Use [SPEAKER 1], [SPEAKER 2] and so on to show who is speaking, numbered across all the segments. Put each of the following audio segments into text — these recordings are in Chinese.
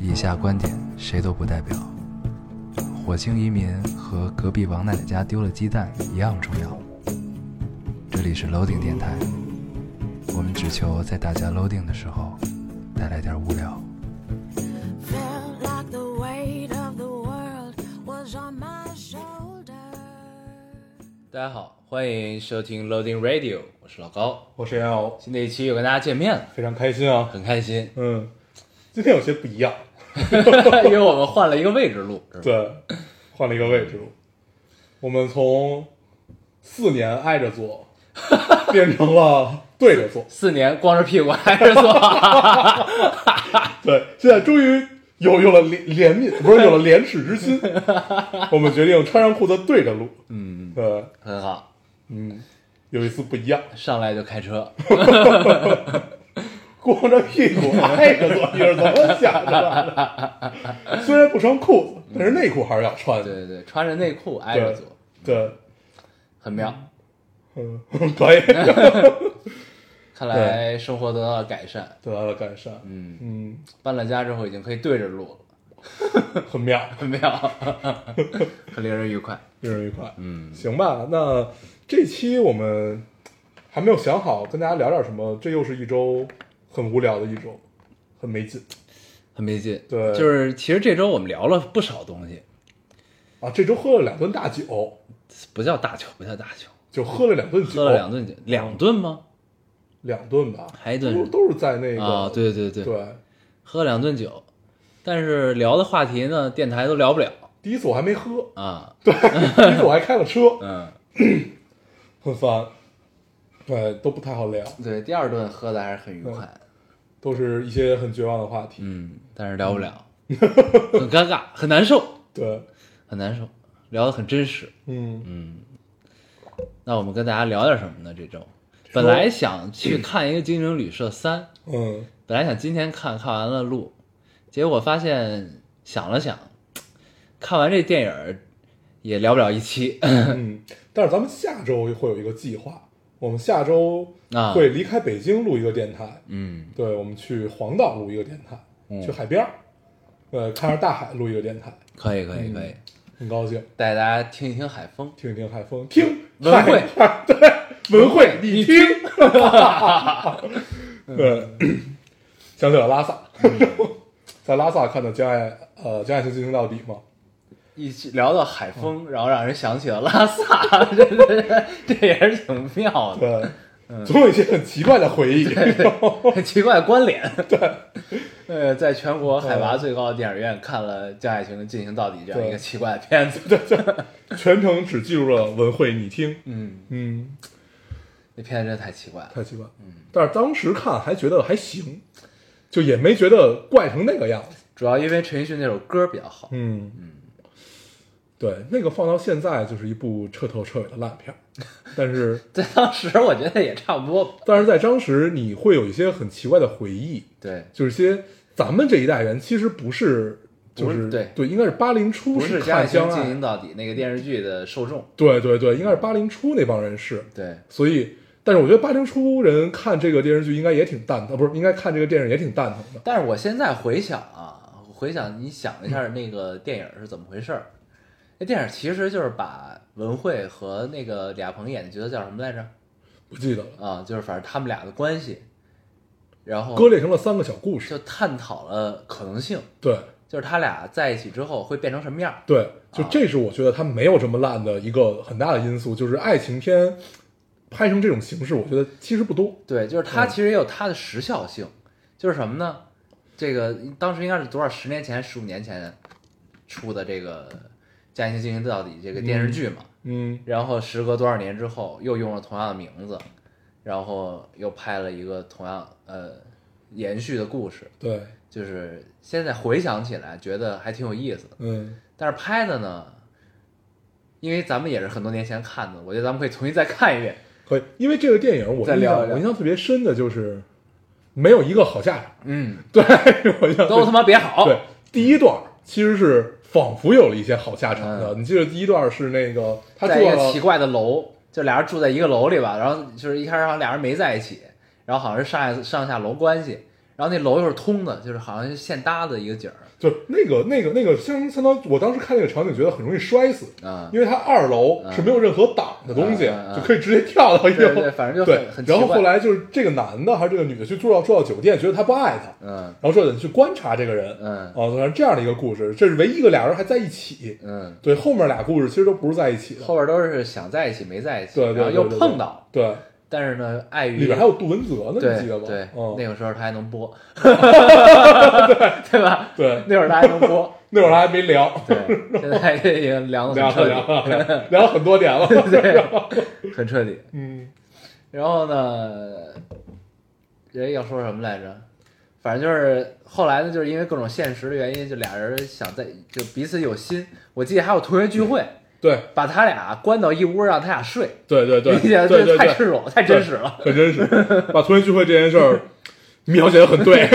[SPEAKER 1] 以下观点谁都不代表。火星移民和隔壁王奶奶家丢了鸡蛋一样重要。这里是 Loading 电台，我们只求在大家 Loading 的时候带来点无聊。
[SPEAKER 2] Felt like the weight of the world was on my shoulders.
[SPEAKER 3] 大家好，欢迎收听 Loading Radio，我是老高。
[SPEAKER 4] 我是杨瑶，
[SPEAKER 3] 新的一期又跟大家见面 了，
[SPEAKER 4] 非常开心啊。，
[SPEAKER 3] 很开心
[SPEAKER 4] 嗯，今天有些不一样，
[SPEAKER 3] 因为我们换了一个位置录，是吧
[SPEAKER 4] 对，换了一个位置。我们从四年挨着坐，变成了对着坐。
[SPEAKER 3] 四年光着屁股挨着坐，
[SPEAKER 4] 对，现在终于有有了怜怜悯，不是有了廉耻 之心。我们决定穿上裤子对着录。
[SPEAKER 3] 嗯，
[SPEAKER 4] 对，
[SPEAKER 3] 很好，
[SPEAKER 4] 嗯，有一丝不一样，
[SPEAKER 3] 上来就开车，
[SPEAKER 4] 光着屁股挨着坐，你是怎么想的？虽然不穿裤子，但是内裤还是要穿
[SPEAKER 3] 对
[SPEAKER 4] 的。
[SPEAKER 3] 对对，穿着内裤挨着坐，
[SPEAKER 4] 对，
[SPEAKER 3] 很妙。
[SPEAKER 4] 嗯， 可以。
[SPEAKER 3] 看来生活得到了改善，
[SPEAKER 4] 得到了改善。
[SPEAKER 3] 嗯，
[SPEAKER 4] 嗯，
[SPEAKER 3] 搬了家之后已经可以对着录了，
[SPEAKER 4] 很妙，
[SPEAKER 3] 很妙， 很令人愉快。
[SPEAKER 4] 令人愉快。
[SPEAKER 3] 嗯，
[SPEAKER 4] 行吧，那这期我们还没有想好跟大家聊点什么，这又是一周很无聊的一周，很没劲
[SPEAKER 3] 很没劲，
[SPEAKER 4] 对
[SPEAKER 3] 就是其实这周我们聊了不少东西，
[SPEAKER 4] 啊！这周喝了两顿大酒，
[SPEAKER 3] 不叫大酒，不叫大酒，
[SPEAKER 4] 就喝了两顿酒，
[SPEAKER 3] 喝了两顿酒，两顿吗？
[SPEAKER 4] 两顿吧，
[SPEAKER 3] 还一顿是
[SPEAKER 4] 都都是在那个
[SPEAKER 3] 啊，对对对，
[SPEAKER 4] 对
[SPEAKER 3] 喝了两顿酒，但是聊的话题呢，电台都聊不了
[SPEAKER 4] 第一次我还没喝，
[SPEAKER 3] 啊。
[SPEAKER 4] 第一次我还开了车，
[SPEAKER 3] 嗯，
[SPEAKER 4] 很烦。对，都不太好聊，
[SPEAKER 3] 对，第二顿喝的还是很愉快，
[SPEAKER 4] 都是一些很绝望的话题。
[SPEAKER 3] 嗯，但是聊不了，很尴尬，很难受，
[SPEAKER 4] 对，
[SPEAKER 3] 很难受，聊的很真实。
[SPEAKER 4] 嗯，
[SPEAKER 3] 那我们跟大家聊点什么呢？这周本来想去看一个《精灵旅社三》，
[SPEAKER 4] 嗯，
[SPEAKER 3] 本来想今天看看完了录，结果发现想了想，看完这电影儿也聊不了一期。
[SPEAKER 4] 嗯，但是咱们下周会有一个计划，我们下周
[SPEAKER 3] 啊
[SPEAKER 4] 会离开北京录一个电台，
[SPEAKER 3] 嗯，
[SPEAKER 4] 对，我们去黄岛录一个电台，
[SPEAKER 3] 嗯
[SPEAKER 4] 去海边儿，呃，看着大海录一个电台，
[SPEAKER 3] 可以可以可以，
[SPEAKER 4] 很高兴，
[SPEAKER 3] 嗯带大家听一听海风。
[SPEAKER 4] 听一听海风，听
[SPEAKER 3] 文慧
[SPEAKER 4] 海 对，文慧，你听， 嗯对，想起了拉萨， 在拉萨看到将爱，呃，将爱情进行到底嘛，
[SPEAKER 3] 一起聊到海风，然后让人想起了拉萨， 这这这也是挺妙的，
[SPEAKER 4] 对，总有一些很奇怪的回忆，
[SPEAKER 3] 很奇怪的关联。对， 呃，在全国海拔最高的电影院看了《将爱情进行到底》这样一个
[SPEAKER 4] 对
[SPEAKER 3] 奇怪的片子，对，
[SPEAKER 4] 全程只记住了文慧，你听，
[SPEAKER 3] 嗯，
[SPEAKER 4] 嗯。
[SPEAKER 3] 那片子真的太奇怪了，
[SPEAKER 4] 太奇怪。嗯，但是当时看还觉得还行，就也没觉得怪成那个样子。
[SPEAKER 3] 主要因为陈奕迅那首歌比较好，
[SPEAKER 4] 嗯嗯，对，那个放到现在就是一部彻头彻尾的烂片儿，但是
[SPEAKER 3] 在当时我觉得也差不多吧，
[SPEAKER 4] 但是在当时你会有一些很奇怪的回忆，
[SPEAKER 3] 对，
[SPEAKER 4] 就是一些咱们这一代人其实不是。就
[SPEAKER 3] 不是
[SPEAKER 4] 是
[SPEAKER 3] 对
[SPEAKER 4] 对，应该是八零初
[SPEAKER 3] 不是啊《将爱
[SPEAKER 4] 看
[SPEAKER 3] 情
[SPEAKER 4] 相
[SPEAKER 3] 进
[SPEAKER 4] 爱，
[SPEAKER 3] 行到底》那个电视剧的受众，
[SPEAKER 4] 对对对，应该是八零初那帮人是，
[SPEAKER 3] 对，
[SPEAKER 4] 所以，但是我觉得八零初人看这个电视剧应该也挺蛋呃疼，不是应该看这个电影也挺蛋疼的。
[SPEAKER 3] 但是我现在回想啊，回想你想一下那个电影是怎么回事儿，那电影其实就是把文慧和那个李亚鹏演的角色叫什么来着？
[SPEAKER 4] 不记得了，
[SPEAKER 3] 啊，就是反正他们俩的关系，然后
[SPEAKER 4] 割裂成了三个小故事。
[SPEAKER 3] 就探讨了可能性，
[SPEAKER 4] 对
[SPEAKER 3] 就是他俩在一起之后会变成什么样儿。
[SPEAKER 4] 对，就
[SPEAKER 3] 啊
[SPEAKER 4] 这是我觉得它没有这么烂的一个很大的因素，就是爱情片拍成这种形式，我觉得其实不多。
[SPEAKER 3] 对，就是它
[SPEAKER 4] 嗯
[SPEAKER 3] 其实也有它的时效性，就是什么呢？这个当时应该是多少十年前、十五年前出的这个《家庭进行到底》这个电视剧嘛，
[SPEAKER 4] 嗯，
[SPEAKER 3] 然后时隔多少年之后，又用了同样的名字，然后又拍了一个同样呃延续的故事，
[SPEAKER 4] 对，
[SPEAKER 3] 就是现在回想起来觉得还挺有意思的。
[SPEAKER 4] 嗯，
[SPEAKER 3] 但是拍的呢，因为咱们也是很多年前看的，我觉得咱们可以重新再看一遍。
[SPEAKER 4] 可以。因为这个电影我
[SPEAKER 3] 再
[SPEAKER 4] 印
[SPEAKER 3] 聊一
[SPEAKER 4] 象
[SPEAKER 3] 聊
[SPEAKER 4] 我印象特别深的就是没有一个好下场。
[SPEAKER 3] 嗯，
[SPEAKER 4] 对， 我印象
[SPEAKER 3] 都他妈别好。
[SPEAKER 4] 呃对，第一段其实是仿佛有了一些好下场的。
[SPEAKER 3] 嗯
[SPEAKER 4] 你记得第一段是那个他
[SPEAKER 3] 在一
[SPEAKER 4] 做
[SPEAKER 3] 个奇
[SPEAKER 4] 了。
[SPEAKER 3] 怪的楼，就俩人住在一个楼里吧，然后就是一开始好像俩人没在一起，然后好像是上下上下楼关系，然后那楼又是通的，就是好像是现搭的一个景儿
[SPEAKER 4] 就那个那个那个相相当，我当时看那个场景，觉得很容易摔死，
[SPEAKER 3] 啊。
[SPEAKER 4] 因为它二楼是没有任何挡的东西，
[SPEAKER 3] 嗯嗯嗯
[SPEAKER 4] 就可以直接跳到一
[SPEAKER 3] 对
[SPEAKER 4] 楼。
[SPEAKER 3] 对，反正就
[SPEAKER 4] 对
[SPEAKER 3] 很很奇怪。
[SPEAKER 4] 然后后，来就是这个男的还是这个女的去住到住到酒店，觉得他不爱她，
[SPEAKER 3] 嗯
[SPEAKER 4] 然后这得去观察这个人，
[SPEAKER 3] 嗯
[SPEAKER 4] 哦，反正这样的一个故事，这是唯一一个俩人还在一起。
[SPEAKER 3] 嗯，
[SPEAKER 4] 对，后面俩故事其实都不是在一起的。
[SPEAKER 3] 后边都是想在一起没在一起，
[SPEAKER 4] 对对对
[SPEAKER 3] 然后又
[SPEAKER 4] 对对
[SPEAKER 3] 碰到，
[SPEAKER 4] 对，
[SPEAKER 3] 但是呢，碍于
[SPEAKER 4] 里边还有杜文泽呢，
[SPEAKER 3] 嗯对
[SPEAKER 4] 你记得吗？
[SPEAKER 3] 对，
[SPEAKER 4] 嗯，
[SPEAKER 3] 那个时候他还能 播，对对吧？
[SPEAKER 4] 对，
[SPEAKER 3] 那会儿他还能播，
[SPEAKER 4] 那会儿还没聊，
[SPEAKER 3] 对，现在已经凉的
[SPEAKER 4] 聊
[SPEAKER 3] 很彻
[SPEAKER 4] 聊
[SPEAKER 3] 底，
[SPEAKER 4] 聊聊很多年了。
[SPEAKER 3] 对，很彻底。
[SPEAKER 4] 嗯，
[SPEAKER 3] 然后呢，人要说什么来着？反正就是后来呢，就是因为各种现实的原因，就俩人想在就彼此有心。我记得还有同学聚会，
[SPEAKER 4] 对
[SPEAKER 3] 把他俩关到一屋，让他俩睡，
[SPEAKER 4] 对对对
[SPEAKER 3] 理解
[SPEAKER 4] 对
[SPEAKER 3] 这
[SPEAKER 4] 对
[SPEAKER 3] 太
[SPEAKER 4] 对，
[SPEAKER 3] 赤裸，太真实 了。
[SPEAKER 4] 很真实。把同学聚会这件事儿描写的 很对，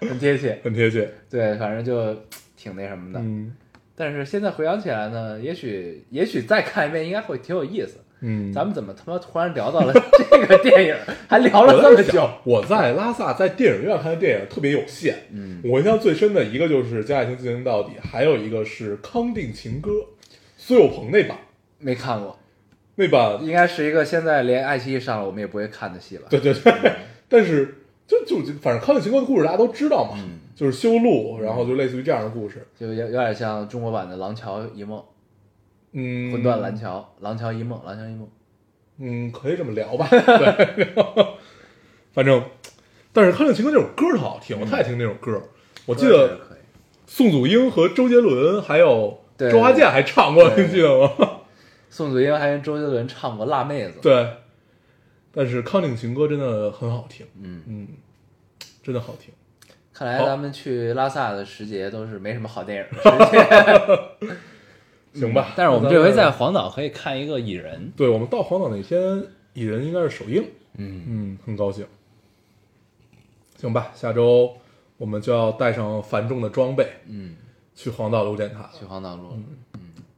[SPEAKER 3] 很贴切。
[SPEAKER 4] 很贴切。
[SPEAKER 3] 对，反正就挺那什么的。
[SPEAKER 4] 嗯
[SPEAKER 3] 但是现在回想起来呢，也许也许再看一遍应该会挺有意思。
[SPEAKER 4] 嗯，
[SPEAKER 3] 咱们怎么他妈突然聊到了 这个电影，还聊了
[SPEAKER 4] 我
[SPEAKER 3] 这么
[SPEAKER 4] 在
[SPEAKER 3] 久？
[SPEAKER 4] 想，哎我在拉萨在电影院看的电影特别有限。
[SPEAKER 3] 嗯，
[SPEAKER 4] 我印象最深的一个就是《将爱情进行到底》，还有一个是《康定情歌》，苏有朋那版，
[SPEAKER 3] 没看过，
[SPEAKER 4] 那版
[SPEAKER 3] 应该是一个现在连爱奇艺上了我们也不会看的戏吧？
[SPEAKER 4] 对对对，
[SPEAKER 3] 嗯
[SPEAKER 4] 但是就就反正康定情歌的故事大家都知道嘛，
[SPEAKER 3] 嗯
[SPEAKER 4] 就是修路，然后就类似于这样的故事。
[SPEAKER 3] 就有有点像中国版的《廊桥遗梦》
[SPEAKER 4] 嗯，
[SPEAKER 3] 《魂断蓝桥》廊桥遗梦》《廊桥遗梦》。
[SPEAKER 4] 嗯，可以这么聊吧。对， 反正，但是《康定情歌》这首歌特好听，我太爱听这首歌。我
[SPEAKER 3] 嗯我
[SPEAKER 4] 记得
[SPEAKER 3] 可以。
[SPEAKER 4] 宋祖英和周杰伦还有
[SPEAKER 3] 对
[SPEAKER 4] 周华健还唱过，
[SPEAKER 3] 对
[SPEAKER 4] 你记得吗？
[SPEAKER 3] 宋祖英还跟周杰伦唱过《辣妹子》。
[SPEAKER 4] 对，但是《康定情歌》真的很好听，
[SPEAKER 3] 嗯，
[SPEAKER 4] 嗯，真的好听。
[SPEAKER 3] 看来
[SPEAKER 4] 好
[SPEAKER 3] 咱们去拉萨的时节都是没什么好电影的时节。
[SPEAKER 4] 行吧，
[SPEAKER 3] 嗯 但是我们
[SPEAKER 4] 那咱
[SPEAKER 3] 这回在黄岛可以看一个蚁人。
[SPEAKER 4] 对我们到黄岛那天，蚁人应该是首映，
[SPEAKER 3] 嗯，
[SPEAKER 4] 嗯，很高兴。行吧，下周我们就要带上繁重的装备
[SPEAKER 3] 嗯，
[SPEAKER 4] 去黄岛录电台了，
[SPEAKER 3] 去黄岛路了，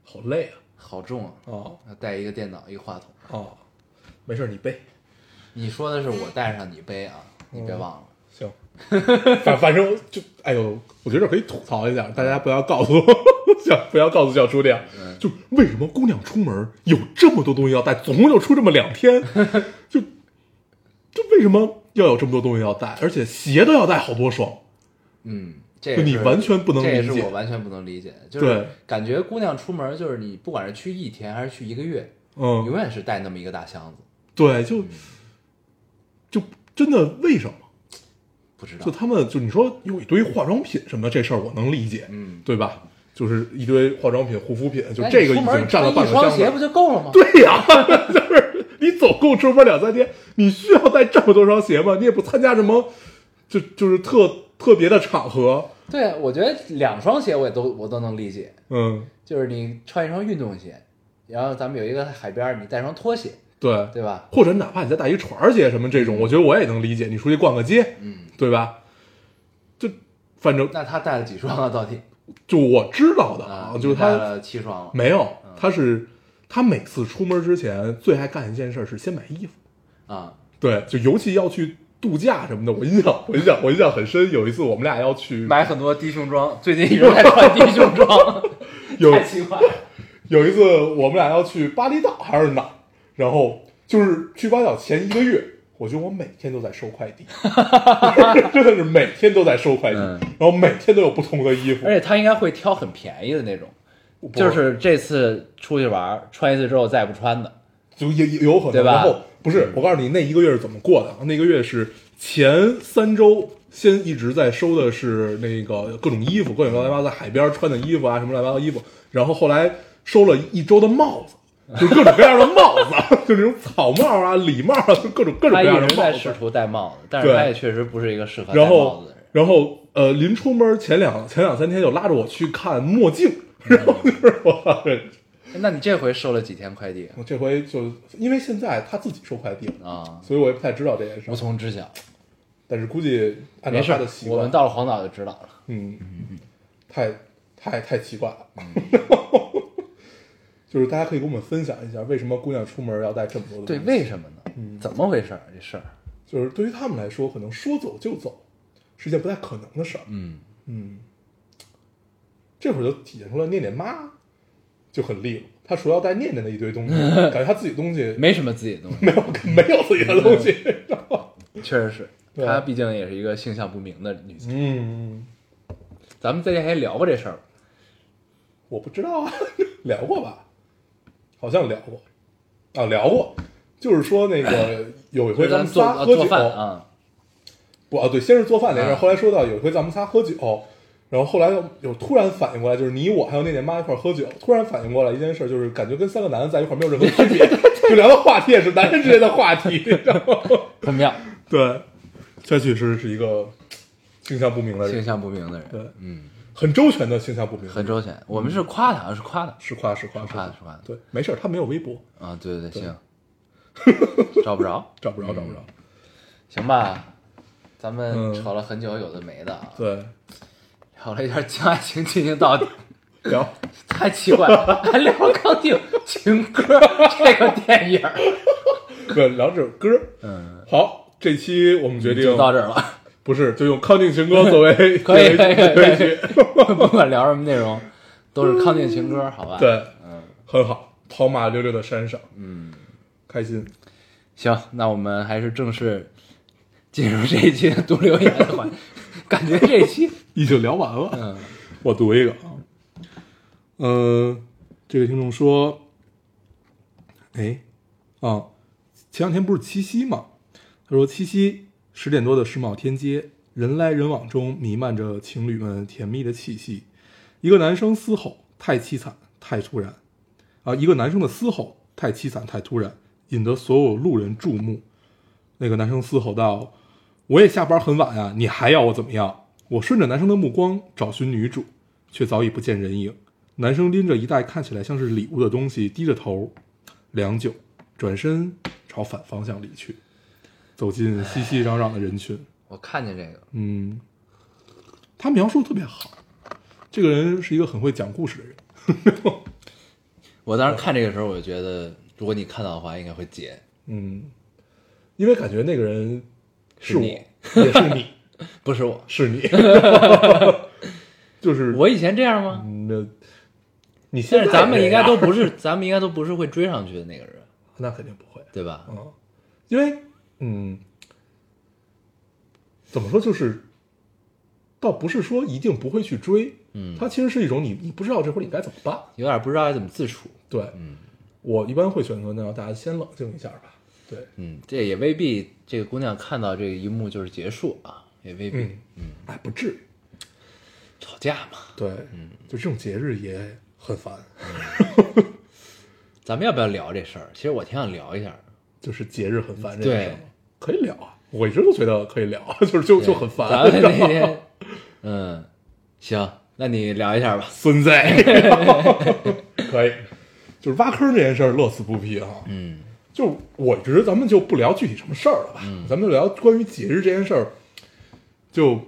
[SPEAKER 4] 好累啊！
[SPEAKER 3] 好重啊！
[SPEAKER 4] 哦
[SPEAKER 3] 要带一个电脑，一个话筒。
[SPEAKER 4] 哦，没事，你背。
[SPEAKER 3] 你说的是我带上你背啊，你别忘了。
[SPEAKER 4] 行， 反反正就哎呦，我觉得可以吐槽一下，大家不要告 诉小不要告诉小叔这样，就为什么姑娘出门有这么多东西要带，总共就出这么两天， 就就为什么要有这么多东西要带，而且鞋都要带好多双，
[SPEAKER 3] 嗯，这
[SPEAKER 4] 就你
[SPEAKER 3] 是
[SPEAKER 4] 完全不能
[SPEAKER 3] 这也
[SPEAKER 4] 理
[SPEAKER 3] 是我
[SPEAKER 4] 解。
[SPEAKER 3] 完全不能理解的，就
[SPEAKER 4] 对
[SPEAKER 3] 是感觉姑娘出门就是你不管是去一天还是去一个月，
[SPEAKER 4] 嗯
[SPEAKER 3] 永，远是带那么一个大箱子，
[SPEAKER 4] 对，就就真的为什么？
[SPEAKER 3] 不知
[SPEAKER 4] 就
[SPEAKER 3] 道。
[SPEAKER 4] 他们就你说有一堆化妆品什么的这事儿，我能理解，
[SPEAKER 3] 嗯，
[SPEAKER 4] 对吧？就是一堆化妆品、护肤品，就
[SPEAKER 3] 哎
[SPEAKER 4] 这个
[SPEAKER 3] 你
[SPEAKER 4] 已
[SPEAKER 3] 出门
[SPEAKER 4] 经占了
[SPEAKER 3] 穿
[SPEAKER 4] 半
[SPEAKER 3] 一
[SPEAKER 4] 个
[SPEAKER 3] 双
[SPEAKER 4] 箱
[SPEAKER 3] 鞋
[SPEAKER 4] 子
[SPEAKER 3] 不。就够了吗？
[SPEAKER 4] 对呀、 就是你总共出门两三天，你需要带这么多双鞋吗？你也不参加什么，就就是特特别的场合，
[SPEAKER 3] 对啊我觉得两双鞋我也都我都能理解，
[SPEAKER 4] 嗯，
[SPEAKER 3] 就是你穿一双运动鞋，然后咱们有一个海边儿，你带双拖鞋，
[SPEAKER 4] 对，
[SPEAKER 3] 对吧？
[SPEAKER 4] 或者哪怕你再带一船儿鞋什么这种，我觉得我也能理解。你出去逛个街，
[SPEAKER 3] 嗯，
[SPEAKER 4] 对吧？就反正
[SPEAKER 3] 那他带了几双啊？到底
[SPEAKER 4] 就我知道的
[SPEAKER 3] 啊
[SPEAKER 4] 啊，，就是
[SPEAKER 3] 你带
[SPEAKER 4] 他
[SPEAKER 3] 了嗯七双了。
[SPEAKER 4] 没有，他是他每次出门之前最爱干一件事是先买衣服。
[SPEAKER 3] 啊，
[SPEAKER 4] 对，就尤其要去度假什么的，我印象我印象我印象很深。有一次我们俩要去
[SPEAKER 3] 买很多低胸装，最近一直在穿低胸 装，
[SPEAKER 4] 有
[SPEAKER 3] 太奇怪了。
[SPEAKER 4] 有一次我们俩要去巴厘岛还是哪儿，然后就是去巴厘岛前一个月，我觉得我每天都在收快递， 真的是每天都在收快递，
[SPEAKER 3] 嗯
[SPEAKER 4] 然后每天都有不同的衣服，
[SPEAKER 3] 而且他应该会挑很便宜的那种，
[SPEAKER 4] 不
[SPEAKER 3] 就是这次出去玩儿穿一次之后再也不穿的。
[SPEAKER 4] 就也也有可能。
[SPEAKER 3] 对吧
[SPEAKER 4] 然后不是，我告诉你那一个月是怎么过的啊，那个月是前三周先一直在收的是那个各种衣服，各种乱七八糟在海边穿的衣服啊，什么乱七八糟衣服，然后后来收了一周的帽子。就各种各样的帽子，就那种草帽啊、礼帽啊，就各种各种
[SPEAKER 3] 他
[SPEAKER 4] 各
[SPEAKER 3] 一
[SPEAKER 4] 样
[SPEAKER 3] 直
[SPEAKER 4] 的帽
[SPEAKER 3] 在
[SPEAKER 4] 子。
[SPEAKER 3] 试图戴帽子，但是
[SPEAKER 4] 对
[SPEAKER 3] 他也确实不是一个适合戴
[SPEAKER 4] 然
[SPEAKER 3] 帽
[SPEAKER 4] 后
[SPEAKER 3] 子的人。
[SPEAKER 4] 然后呃，临出门前两前两三天就拉着我去看墨镜，然后就是我
[SPEAKER 3] 哎那你这回收了几天快递
[SPEAKER 4] 我这回就因为现在他自己收快递了，
[SPEAKER 3] 啊？
[SPEAKER 4] 所以我也不太知道这件事
[SPEAKER 3] 无。从知晓，
[SPEAKER 4] 但是估计按照
[SPEAKER 3] 没事
[SPEAKER 4] 他
[SPEAKER 3] 儿
[SPEAKER 4] 的习，惯，
[SPEAKER 3] 我们到了黄岛就知道了。
[SPEAKER 4] 嗯，太太太奇怪了。 就是大家
[SPEAKER 3] 嗯
[SPEAKER 4] 可以跟我们分享一下，为什么姑娘出门要带这么多东西？
[SPEAKER 3] 对，为什么呢？怎么回事儿？这事儿
[SPEAKER 4] 就就是对于他们来说，可能说走就走是一件不太可能的事儿。
[SPEAKER 1] 嗯，
[SPEAKER 4] 嗯，这会儿就体现出了念念妈就很利落，她除了要带念念的一堆东西，感觉她自己东西
[SPEAKER 3] 没什么自己的东西，
[SPEAKER 4] 没有没有自己的东西。
[SPEAKER 3] 确实是。
[SPEAKER 4] 对
[SPEAKER 3] 她毕竟也是一个性向不明的女性，
[SPEAKER 4] 嗯，
[SPEAKER 3] 咱们在这还聊过这事儿吧，
[SPEAKER 4] 我不知道啊， 聊过吧？好像聊过啊，聊过。就是说那
[SPEAKER 3] 哎
[SPEAKER 4] 个有
[SPEAKER 3] 所
[SPEAKER 4] 一回
[SPEAKER 3] 以咱
[SPEAKER 4] 们
[SPEAKER 3] 们做
[SPEAKER 4] 仨
[SPEAKER 3] 啊
[SPEAKER 4] 喝酒
[SPEAKER 3] 做，饭啊，
[SPEAKER 4] 不啊，对，先是做饭那事儿，
[SPEAKER 3] 啊
[SPEAKER 4] 后来说到有一回咱们仨喝酒，然后后来又有突然反应过来，就是你我还有念念妈一块儿喝酒，突然反应过来一件事，就是感觉跟三个男的在一块儿没有任何区别，就聊的话题也是男人之间的话题，然后
[SPEAKER 3] 很妙，
[SPEAKER 4] 对，这确实是一个形象不明的
[SPEAKER 3] 性
[SPEAKER 4] 人，
[SPEAKER 3] 向不明的人，
[SPEAKER 4] 对，
[SPEAKER 3] 嗯，
[SPEAKER 4] 很周全的形象不明，
[SPEAKER 3] 很周全。我们是夸她，是夸她，
[SPEAKER 4] 是夸是夸
[SPEAKER 3] 夸她，是夸她。
[SPEAKER 4] 对，没事儿，他没有微博，
[SPEAKER 3] 啊，对对对，行， 找不着，
[SPEAKER 4] 找不着找不
[SPEAKER 3] 嗯
[SPEAKER 4] 着，
[SPEAKER 3] 行吧。咱们
[SPEAKER 4] 嗯
[SPEAKER 3] 扯了很久有的没的啊，
[SPEAKER 4] 对，
[SPEAKER 3] 聊了一下将爱情进行到底，
[SPEAKER 4] 聊
[SPEAKER 3] 太奇怪了，还聊《钢铁情歌》这个电影儿，
[SPEAKER 4] 对聊这首歌，
[SPEAKER 3] 嗯，
[SPEAKER 4] 好，这期我们决定
[SPEAKER 3] 就到这儿了。
[SPEAKER 4] 不是，就用《康定情歌》作为
[SPEAKER 3] 可以
[SPEAKER 4] 作为
[SPEAKER 3] 可以
[SPEAKER 4] 作为
[SPEAKER 3] 可以
[SPEAKER 4] 曲
[SPEAKER 3] 不管聊什么内容，都是康定情歌，好吧？，
[SPEAKER 4] 对，
[SPEAKER 3] 嗯
[SPEAKER 4] 很好。跑马溜溜的山上，
[SPEAKER 3] 嗯，
[SPEAKER 4] 开心。
[SPEAKER 3] 行，那我们还是正式进入这一期的读留言的环，感觉这一期，
[SPEAKER 4] 已经聊完了，
[SPEAKER 3] 嗯，
[SPEAKER 4] 我读一个啊。嗯、这位听众说，哎，啊，前两天不是七夕嘛？他说七夕十点多的世贸天街，人来人往中弥漫着情侣们甜蜜的气息。一个男生嘶吼，太凄惨，太突然，啊，一个男生的嘶吼太凄惨太突然，引得所有路人注目。那个男生嘶吼道：“我也下班很晚啊，你还要我怎么样？”我顺着男生的目光找寻女主，却早已不见人影。男生拎着一袋看起来像是礼物的东西，低着头，良久，转身朝反方向离去，走进熙熙攘攘的人群。
[SPEAKER 3] 我看见这个，
[SPEAKER 4] 嗯，他描述得特别好，这个人是一个很会讲故事的人。
[SPEAKER 3] 我当时看这个时候，我就觉得，如果你看到的话，应该会截，
[SPEAKER 4] 嗯，因为感觉那个人是
[SPEAKER 3] 是
[SPEAKER 4] 我，
[SPEAKER 3] 你
[SPEAKER 4] 也是你，
[SPEAKER 3] 不是我。
[SPEAKER 4] 是 你，就是
[SPEAKER 3] 我以前这样吗？
[SPEAKER 4] 嗯那，你现
[SPEAKER 3] 但
[SPEAKER 4] 在
[SPEAKER 3] 是咱们
[SPEAKER 4] 这
[SPEAKER 3] 应该
[SPEAKER 4] 样
[SPEAKER 3] 都不是，咱们应该都不是会追上去的那个人，
[SPEAKER 4] 那肯定不会，
[SPEAKER 3] 对吧？
[SPEAKER 4] 嗯，因为嗯，怎么说就是，倒不是说一定不会去追，
[SPEAKER 3] 嗯
[SPEAKER 4] 它其实是一种你你不知道这会儿你该怎么办，
[SPEAKER 3] 有点不知道该怎么自处。
[SPEAKER 4] 对，
[SPEAKER 3] 嗯
[SPEAKER 4] 我一般会选择呢，大家先冷静一下吧，对，
[SPEAKER 3] 嗯，这也未必，这个姑娘看到这一幕就是结束啊，也未必、
[SPEAKER 4] 嗯哎，不至于，
[SPEAKER 3] 吵架嘛。
[SPEAKER 4] 对，
[SPEAKER 3] 嗯
[SPEAKER 4] 就这种节日也很烦，
[SPEAKER 3] 咱们要不要聊这事儿？其实我挺想聊一下，
[SPEAKER 4] 就是节日很烦这
[SPEAKER 3] 对
[SPEAKER 4] 件事儿，可以聊啊，我一直都觉得可以聊， 就是就就很烦，
[SPEAKER 3] 咱们
[SPEAKER 4] 你知道
[SPEAKER 3] 那
[SPEAKER 4] 吗
[SPEAKER 3] 天，嗯，行，那你聊一下吧。
[SPEAKER 4] 孙子，可以，就是挖坑这件事儿乐此不疲啊。
[SPEAKER 3] 嗯，
[SPEAKER 4] 就我觉得咱们就不聊具体什么事儿了吧，
[SPEAKER 3] 嗯
[SPEAKER 4] 咱们就聊关于节日这件事儿，就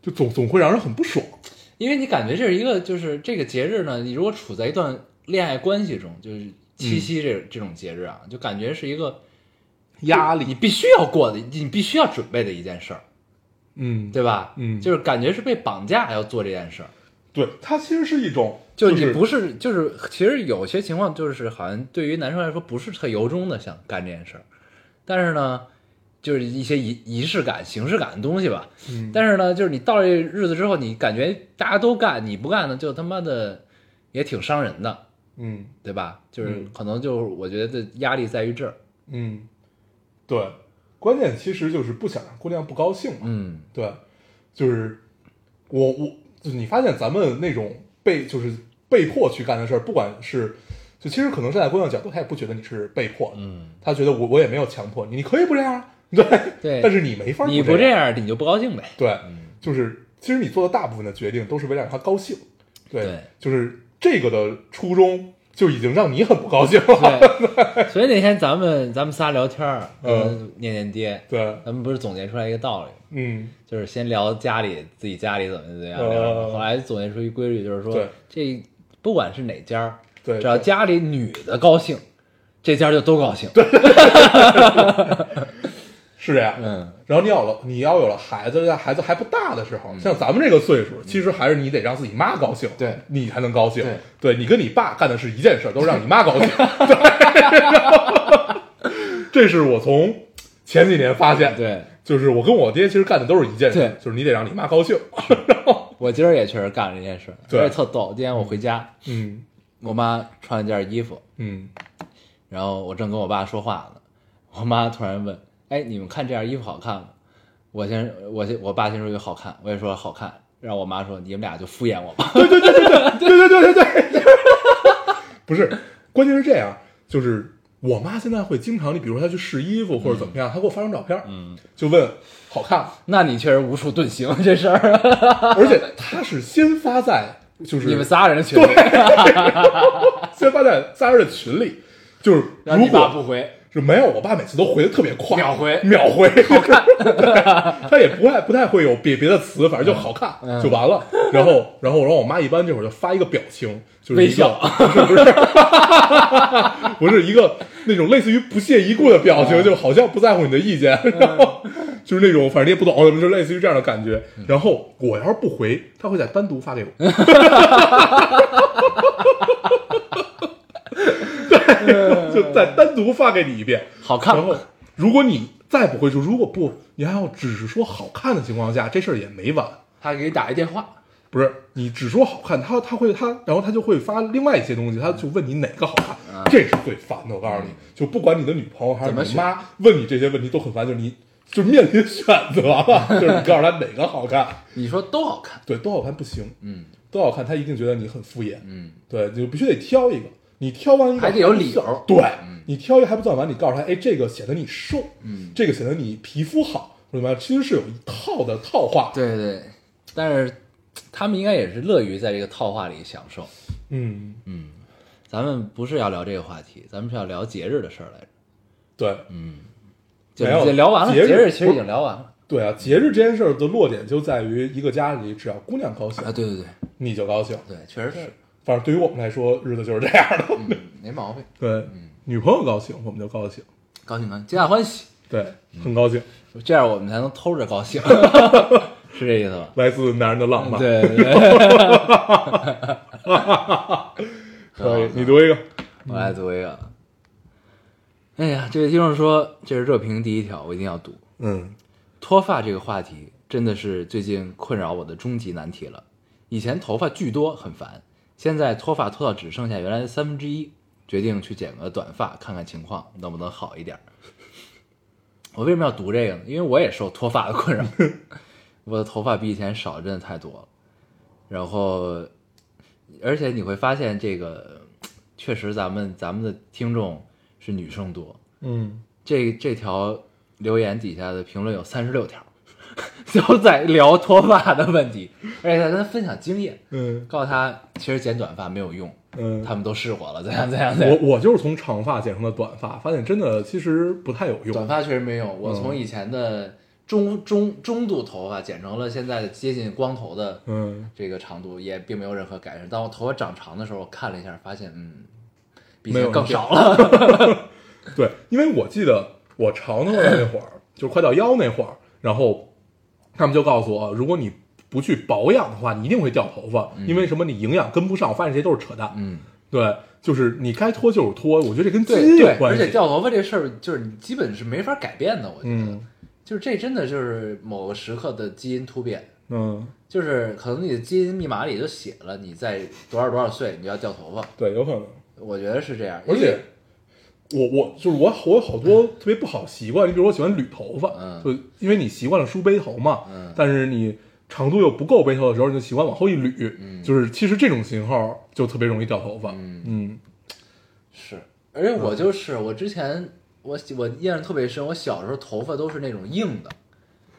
[SPEAKER 4] 就总总会让人很不爽。
[SPEAKER 3] 因为你感觉这是一个，就是这个节日呢，你如果处在一段恋爱关系中，就是
[SPEAKER 4] 嗯
[SPEAKER 3] 七夕这、这种节日啊，就感觉是一个压力，你必须要过的，你必须要准备的一件事儿，
[SPEAKER 4] 嗯，
[SPEAKER 3] 对吧？
[SPEAKER 4] 嗯
[SPEAKER 3] 就是感觉是被绑架要做这件事儿。
[SPEAKER 4] 对，它其实是一种，
[SPEAKER 3] 就
[SPEAKER 4] 就
[SPEAKER 3] 你
[SPEAKER 4] 是
[SPEAKER 3] 不是，就是其实有些情况就是好像对于男生来说不是特由衷的想干这件事儿，但是呢，就是一些仪仪式感、形式感的东西吧。
[SPEAKER 4] 嗯
[SPEAKER 3] 但是呢，就是你到这日子之后，你感觉大家都干，你不干呢，就他妈的也挺伤人的，
[SPEAKER 4] 嗯
[SPEAKER 3] 对吧？就是
[SPEAKER 4] 嗯
[SPEAKER 3] 可能就是我觉得压力在于这儿。
[SPEAKER 4] 嗯，对，关键其实就是不想让姑娘不高兴嘛。
[SPEAKER 3] 嗯
[SPEAKER 4] 对，就是我我就是你发现咱们那种被就是被迫去干的事儿，不管是就其实可能站在姑娘角度，她也不觉得你是被迫的，
[SPEAKER 3] 嗯，
[SPEAKER 4] 她觉得我我也没有强迫你，你可以不这样啊，对
[SPEAKER 3] 对
[SPEAKER 4] 但是你没法儿
[SPEAKER 3] 你
[SPEAKER 4] 不
[SPEAKER 3] 不这
[SPEAKER 4] 样，
[SPEAKER 3] 样嗯你就不高 兴呗。
[SPEAKER 4] 对，就是其实你做的大部分的决定都是为了让她高兴，对，
[SPEAKER 3] 对
[SPEAKER 4] 就是这个的初衷就已经让你很不高兴了，
[SPEAKER 3] 对，所以那天咱们咱们仨聊天儿，
[SPEAKER 4] 嗯
[SPEAKER 3] 嗯，念念爹，
[SPEAKER 4] 对，
[SPEAKER 3] 咱们不是总结出来一个道理吗？
[SPEAKER 4] 嗯，
[SPEAKER 3] 就是先聊家里自己家里怎么怎么样，
[SPEAKER 4] 嗯
[SPEAKER 3] 聊着后来总结出一规律，就是说
[SPEAKER 4] 对
[SPEAKER 3] 这不管是哪家儿，
[SPEAKER 4] 对
[SPEAKER 3] 只要家里女的高兴，这家儿就都高兴。
[SPEAKER 4] 是这样。
[SPEAKER 3] 嗯，
[SPEAKER 4] 然后你要了，你要有了孩子，在孩子还不大的时候，像咱们这个岁数，其实还是你得让自己妈高兴，
[SPEAKER 3] 嗯对
[SPEAKER 4] 你才能高兴。
[SPEAKER 3] 对
[SPEAKER 4] 你跟你爸干的是一件事儿，都是让你妈高 兴。对，这是我从前几年发现，，
[SPEAKER 3] 对
[SPEAKER 4] 就是我跟我爹其实干的都是一件事，
[SPEAKER 3] 对
[SPEAKER 4] 就是你得让你妈高兴。
[SPEAKER 3] 我今儿也确实干了这件事，
[SPEAKER 4] 对
[SPEAKER 3] 而且特逗。今天我回家，
[SPEAKER 4] 嗯
[SPEAKER 3] 我妈穿了件衣服，
[SPEAKER 4] 嗯
[SPEAKER 3] 然后我正跟我爸说话呢，我妈突然问：“哎，你们看这件衣服好看吗？”我先，我先，我爸先说一个好看，我也说好看，然后我妈说：“你们俩就敷衍我吧。
[SPEAKER 4] 对对对对对， 不是，关键是这样，就是我妈现在会经常，你比如说她去试衣服或者怎么样，她给我发张照片，嗯，就问好看吗，”
[SPEAKER 3] 那你确实无处遁形这事儿，
[SPEAKER 4] 而且她是先发在就是
[SPEAKER 3] 你们仨人群里，
[SPEAKER 4] 先发在仨人的群里，就是
[SPEAKER 3] 然
[SPEAKER 4] 如
[SPEAKER 3] 后你爸
[SPEAKER 4] 果
[SPEAKER 3] 不回，
[SPEAKER 4] 就没有，我爸每次都回的特别快，
[SPEAKER 3] 秒回
[SPEAKER 4] 秒回，好 看，他也不太不太会有别别的词，反正就好看、
[SPEAKER 3] 嗯
[SPEAKER 4] 就完了。然后，然后，然后我妈一般这会儿就发一个表情，就是
[SPEAKER 3] 微
[SPEAKER 4] 一个
[SPEAKER 3] 笑，
[SPEAKER 4] 不是不是， 不是一个那种类似于不屑一顾的表
[SPEAKER 3] 啊
[SPEAKER 4] 情，就好像不在乎你的意
[SPEAKER 3] 嗯
[SPEAKER 4] 见，然后就是那种反正你也不懂，就类似于这样的感觉。然后我要是不回，他会再单独发 给我。对，就再单独发给你一遍。
[SPEAKER 3] 嗯好看
[SPEAKER 4] 然后，如果你再不回，就如果不，你还要只是说好看的情况下，这事儿也没完。
[SPEAKER 3] 他给你打一电话，
[SPEAKER 4] 不是你只说好看，他他会他，然后他就会发另外一些东西，他就问你哪个好看，这是最烦的。我告诉你，就不管你的女朋友还是
[SPEAKER 3] 啊嗯怎么
[SPEAKER 4] 你
[SPEAKER 3] 选
[SPEAKER 4] 妈问你这些问题都很烦，就是你就面临选 择了，就是你告诉他哪个好看，
[SPEAKER 3] 你说都好看，
[SPEAKER 4] 对，都好看不行，
[SPEAKER 3] 嗯
[SPEAKER 4] 都好看，他一定觉得你很敷衍，
[SPEAKER 3] 嗯，
[SPEAKER 4] 对，你就必须得挑一个，你挑完一个
[SPEAKER 3] 还得有理由
[SPEAKER 4] 还不算对、你挑一个还不算完，你告诉他，哎，这个显得你瘦，
[SPEAKER 3] 嗯
[SPEAKER 4] 这个显得你皮肤好，或者什么，其实是有一套的套话，
[SPEAKER 3] 对对，但是他们应该也是乐于在这个套话里享受。
[SPEAKER 4] 嗯，
[SPEAKER 3] 咱们不是要聊这个话题，咱们是要聊节日的事儿来着。
[SPEAKER 4] 对，
[SPEAKER 3] 就
[SPEAKER 4] 没有
[SPEAKER 3] 就聊完了，
[SPEAKER 4] 节
[SPEAKER 3] 节
[SPEAKER 4] 日
[SPEAKER 3] 其实已经聊完了
[SPEAKER 4] 对啊，节日这件事儿的落点就在于一个家里，只要姑娘高兴，
[SPEAKER 3] 啊。对对对
[SPEAKER 4] 你就高兴。
[SPEAKER 3] 对，确实是，
[SPEAKER 4] 反正对于我们来说，日子就是这样的。
[SPEAKER 3] 嗯，没毛病，
[SPEAKER 4] 对，
[SPEAKER 3] 嗯
[SPEAKER 4] 女朋友高兴，我们就高兴。
[SPEAKER 3] 高兴高兴，皆大欢喜，
[SPEAKER 4] 对，
[SPEAKER 3] 嗯
[SPEAKER 4] 很高兴，
[SPEAKER 3] 这样我们才能偷着高 兴，是这意思吧？
[SPEAKER 4] 来自男人的浪
[SPEAKER 3] 嗯
[SPEAKER 4] 漫。，
[SPEAKER 3] 对对对，
[SPEAKER 4] 可以，你读一个。
[SPEAKER 3] 我来读一个。哎呀，这位听众说这是热评第一条，我一定要读。
[SPEAKER 4] 嗯
[SPEAKER 3] 脱发这个话题真的是最近困扰我的终极难题了。以前头发巨多很烦，现在脱发脱到只剩下原来的三分之一，决定去剪个短发看看情况能不能好一点儿。我为什么要读这个呢？因为我也受脱发的困扰， 我的头发比以前少真的太多了。然后，而且你会发现这个确实咱们咱们的听众是女生多，
[SPEAKER 4] 嗯，
[SPEAKER 3] 这这条留言底下的评论有三十六条， 都在聊脱发的问题，而且在跟他分享经验，
[SPEAKER 4] 嗯
[SPEAKER 3] 告诉他其实剪短发没有用，
[SPEAKER 4] 嗯，
[SPEAKER 3] 他们都试过了，怎样怎样怎
[SPEAKER 4] 我
[SPEAKER 3] 样。
[SPEAKER 4] 我就是从长发剪成了短发，发现真的其实不太有
[SPEAKER 3] 短
[SPEAKER 4] 用。
[SPEAKER 3] 发确实没用，我从
[SPEAKER 4] 嗯
[SPEAKER 3] 以前的中中中度头发剪成了现在的接近光头的
[SPEAKER 4] 嗯，
[SPEAKER 3] 这个长度，也并没有任何改善。当我头发长长的时候，我看了一下，发现嗯，比以
[SPEAKER 4] 没有
[SPEAKER 3] 前更
[SPEAKER 4] 变
[SPEAKER 3] 少了。
[SPEAKER 4] 对，因为我记得我长头发那会儿，就是快到腰那会儿，然后他们就告诉我，如果你不去保养的话，你一定会掉头发，因为什么？你营养跟不上，我发现这些都是扯淡。
[SPEAKER 3] 嗯，
[SPEAKER 4] 对，就是你该脱就是脱，我觉得这跟基
[SPEAKER 3] 对
[SPEAKER 4] 因有
[SPEAKER 3] 对，
[SPEAKER 4] 关
[SPEAKER 3] 而
[SPEAKER 4] 系。
[SPEAKER 3] 且掉头发这事儿，就是你基本是没法改变的，我觉得。
[SPEAKER 4] 嗯
[SPEAKER 3] 就是这真的就是某个时刻的基因突变，
[SPEAKER 4] 嗯，
[SPEAKER 3] 就是可能你的基因密码里就写了你在多少多少岁你就要掉头发，
[SPEAKER 4] 对，有可能。
[SPEAKER 3] 我觉得是这样。
[SPEAKER 4] 而
[SPEAKER 3] 因为
[SPEAKER 4] 且我我就是我我有好多特别不好习惯，你比如我喜欢捋头发，
[SPEAKER 3] 嗯
[SPEAKER 4] 就因为你习惯了梳背头嘛，
[SPEAKER 3] 嗯
[SPEAKER 4] 但是你长度又不够背头的时候，你就习惯往后一捋，就是其实这种型号就特别容易掉头发。嗯
[SPEAKER 3] 是，而且我就是我之前我我印象特别深，我小时候头发都是那种硬的，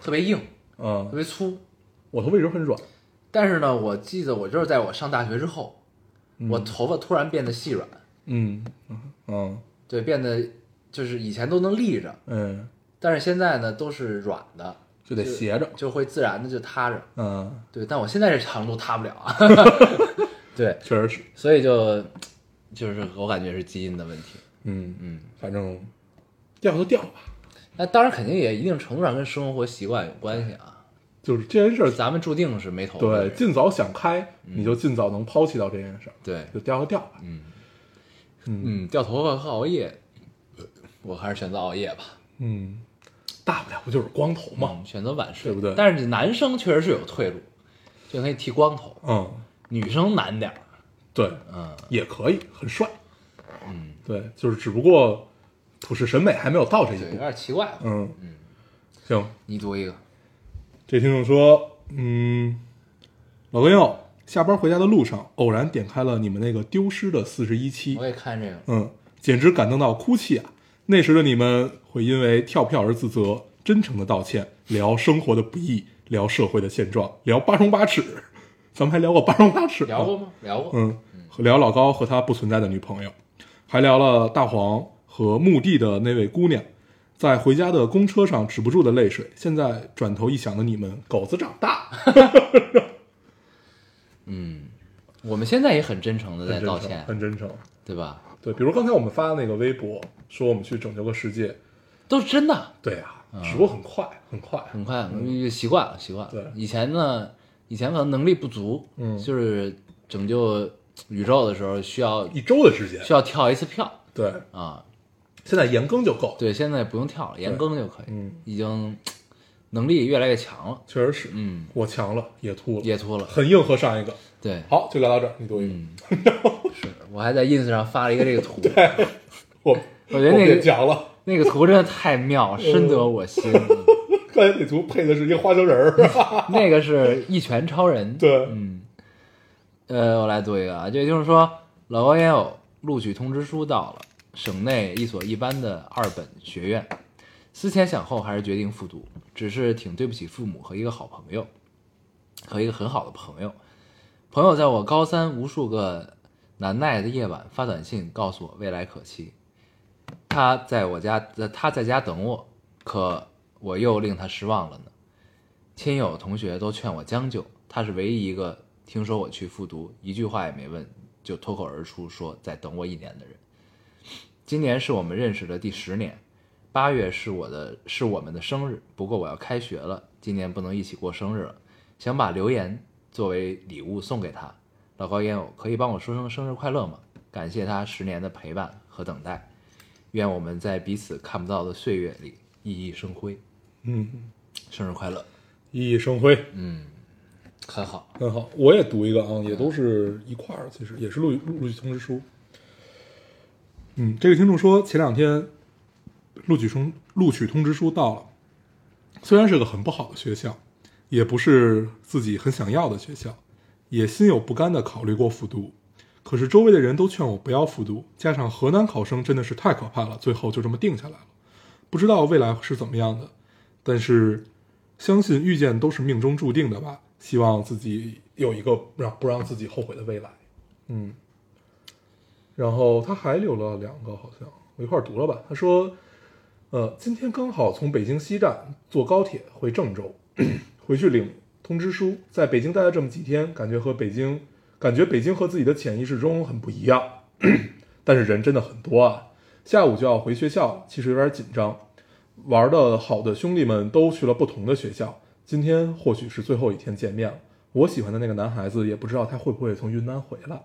[SPEAKER 3] 特别硬，
[SPEAKER 4] 啊
[SPEAKER 3] 特，别粗。
[SPEAKER 4] 我头发一直很软，
[SPEAKER 3] 但是呢，我记得我就是在我上大学之后，我头发突然变得细软，
[SPEAKER 4] 嗯嗯
[SPEAKER 3] 对，变得就是以前都能立着，
[SPEAKER 4] 嗯，
[SPEAKER 3] 但是现在呢都是软的，
[SPEAKER 4] 就得斜着，
[SPEAKER 3] 就会自然的就塌着。
[SPEAKER 4] 嗯，
[SPEAKER 3] 对，但我现在这长度塌不了 啊。对，
[SPEAKER 4] 确实是，
[SPEAKER 3] 所以就就是我感觉是基因的问题。
[SPEAKER 4] 嗯嗯嗯，反正掉就掉吧，
[SPEAKER 3] 那当然肯定也一定程度上跟生活习惯有关系啊。
[SPEAKER 4] 就是这件事儿，
[SPEAKER 3] 咱们注定是没头发的
[SPEAKER 4] 对，嗯
[SPEAKER 3] 人。
[SPEAKER 4] 尽早想开，你就尽早能抛弃到这件事儿，
[SPEAKER 3] 对，
[SPEAKER 4] 就掉就掉吧。
[SPEAKER 3] 嗯
[SPEAKER 4] 嗯
[SPEAKER 3] 嗯，掉头发和熬夜，我还是选择熬夜吧。
[SPEAKER 4] 嗯，大不了不就是光头嘛。
[SPEAKER 3] 嗯选择晚睡，
[SPEAKER 4] 对不对
[SPEAKER 3] 但是男生确实是有退路，就可以剃光头，
[SPEAKER 4] 嗯，
[SPEAKER 3] 女生难点儿。
[SPEAKER 4] 对，
[SPEAKER 3] 嗯，
[SPEAKER 4] 也可以，很帅。嗯，对，就是只不过普世审美还没有到这一
[SPEAKER 3] 对，有
[SPEAKER 4] 步。
[SPEAKER 3] 点奇怪吧。
[SPEAKER 4] 嗯行，
[SPEAKER 3] 你读一个，
[SPEAKER 4] 这听众说，嗯，老哥友，下班回家的路上偶然点开了你们那个丢失的四十一期
[SPEAKER 3] 我，也看这个，
[SPEAKER 4] 嗯，简直感动到哭泣啊！那时的你们会因为跳票而自责，真诚的道歉，聊生活的不易，聊社会的现状，聊八荣八耻， 咱们还聊过八荣八耻呢，
[SPEAKER 3] 聊过吗？聊过。
[SPEAKER 4] 嗯，聊老高和他不存在的女朋友，还聊了大黄和墓地的那位姑娘，在回家的公车上止不住的泪水。现在转头一想的你们，狗子长大，
[SPEAKER 3] 嗯我们现在也很真诚的在
[SPEAKER 4] 很真
[SPEAKER 3] 道
[SPEAKER 4] 诚
[SPEAKER 3] 歉，
[SPEAKER 4] 很真诚。
[SPEAKER 3] 对吧？
[SPEAKER 4] 对，比如刚才我们发的那个微博，说我们去拯救个世界，
[SPEAKER 3] 都是真的，
[SPEAKER 4] 对啊，只不过很快，很快，
[SPEAKER 3] 很快就习惯了，习惯了。
[SPEAKER 4] 嗯对
[SPEAKER 3] 以前呢，以前可能能力不足，
[SPEAKER 4] 嗯
[SPEAKER 3] 就是拯救宇宙的时候需要
[SPEAKER 4] 一周的时间
[SPEAKER 3] 需。要跳一次票
[SPEAKER 4] 对，
[SPEAKER 3] 啊，
[SPEAKER 4] 现在延更就够。
[SPEAKER 3] 对，现在不用跳了，延更就可以，
[SPEAKER 4] 嗯
[SPEAKER 3] 已经能力越来越强了，
[SPEAKER 4] 确实是，
[SPEAKER 3] 嗯，
[SPEAKER 4] 我强了，也秃了，
[SPEAKER 3] 也秃了，
[SPEAKER 4] 很硬核上一个。
[SPEAKER 3] 对，
[SPEAKER 4] 好，就聊到这儿，你读一个。
[SPEAKER 3] 嗯，是我还在 ins 上发了一个这个图，
[SPEAKER 4] 我
[SPEAKER 3] 我觉得那个
[SPEAKER 4] 变强了，
[SPEAKER 3] 那个图真的太妙了，深
[SPEAKER 4] 哦
[SPEAKER 3] 得我心。
[SPEAKER 4] 刚才那图配的是一个花生 仁儿。
[SPEAKER 3] 那个是一拳超人，
[SPEAKER 4] 对
[SPEAKER 3] 嗯，呃，我来读一个啊，这就是说，老高也有录取通知书到了，省内一所一般的二本学院，思前想后还是决定复读，只是挺对不起父母和一个好朋友，和一个很好的朋友，朋友在我高三无数个难耐的夜晚发短信告诉我未来可期，他在我家，呃他在家等我，可我又令他失望了呢。亲友同学都劝我将就，他是唯一一个听说我去复读，一句话也没问就脱口而出说再等我一年的人。今年是我们认识的第十年，八月是我的是我们的生日，不过我要开学了，今年不能一起过生日了，想把留言作为礼物送给他。老高烟友，可以帮我说声生日快乐吗？感谢他十年的陪伴和等待，愿我们在彼此看不到的岁月里熠熠生辉。
[SPEAKER 4] 嗯。
[SPEAKER 3] 生日快乐！
[SPEAKER 4] 熠熠生辉，
[SPEAKER 3] 嗯很好，
[SPEAKER 4] 很好。我也读一个啊，也都是一块儿，其实也是录录录取通知书。嗯，这个听众说前两天录取通录取通知书到了，虽然是个很不好的学校，也不是自己很想要的学校，也心有不甘的考虑过复读，可是周围的人都劝我不要复读，加上河南考生真的是太可怕了，最后就这么定下来了。不知道未来是怎么样的，但是相信遇见都是命中注定的吧。希望自己有一个让不让自己后悔的未来。嗯，然后他还留了两个，好像我一块儿读了吧。他说，呃，今天刚好从北京西站坐高铁回郑州， 回去领通知书，在北京待了这么几天，感觉和北京，感觉北京和自己的潜意识中很不一样。 但是人真的很多啊，下午就要回学校了，其实有点紧张。玩的好的兄弟们都去了不同的学校，今天或许是最后一天见面了。我喜欢的那个男孩子也不知道他会不会从云南回来，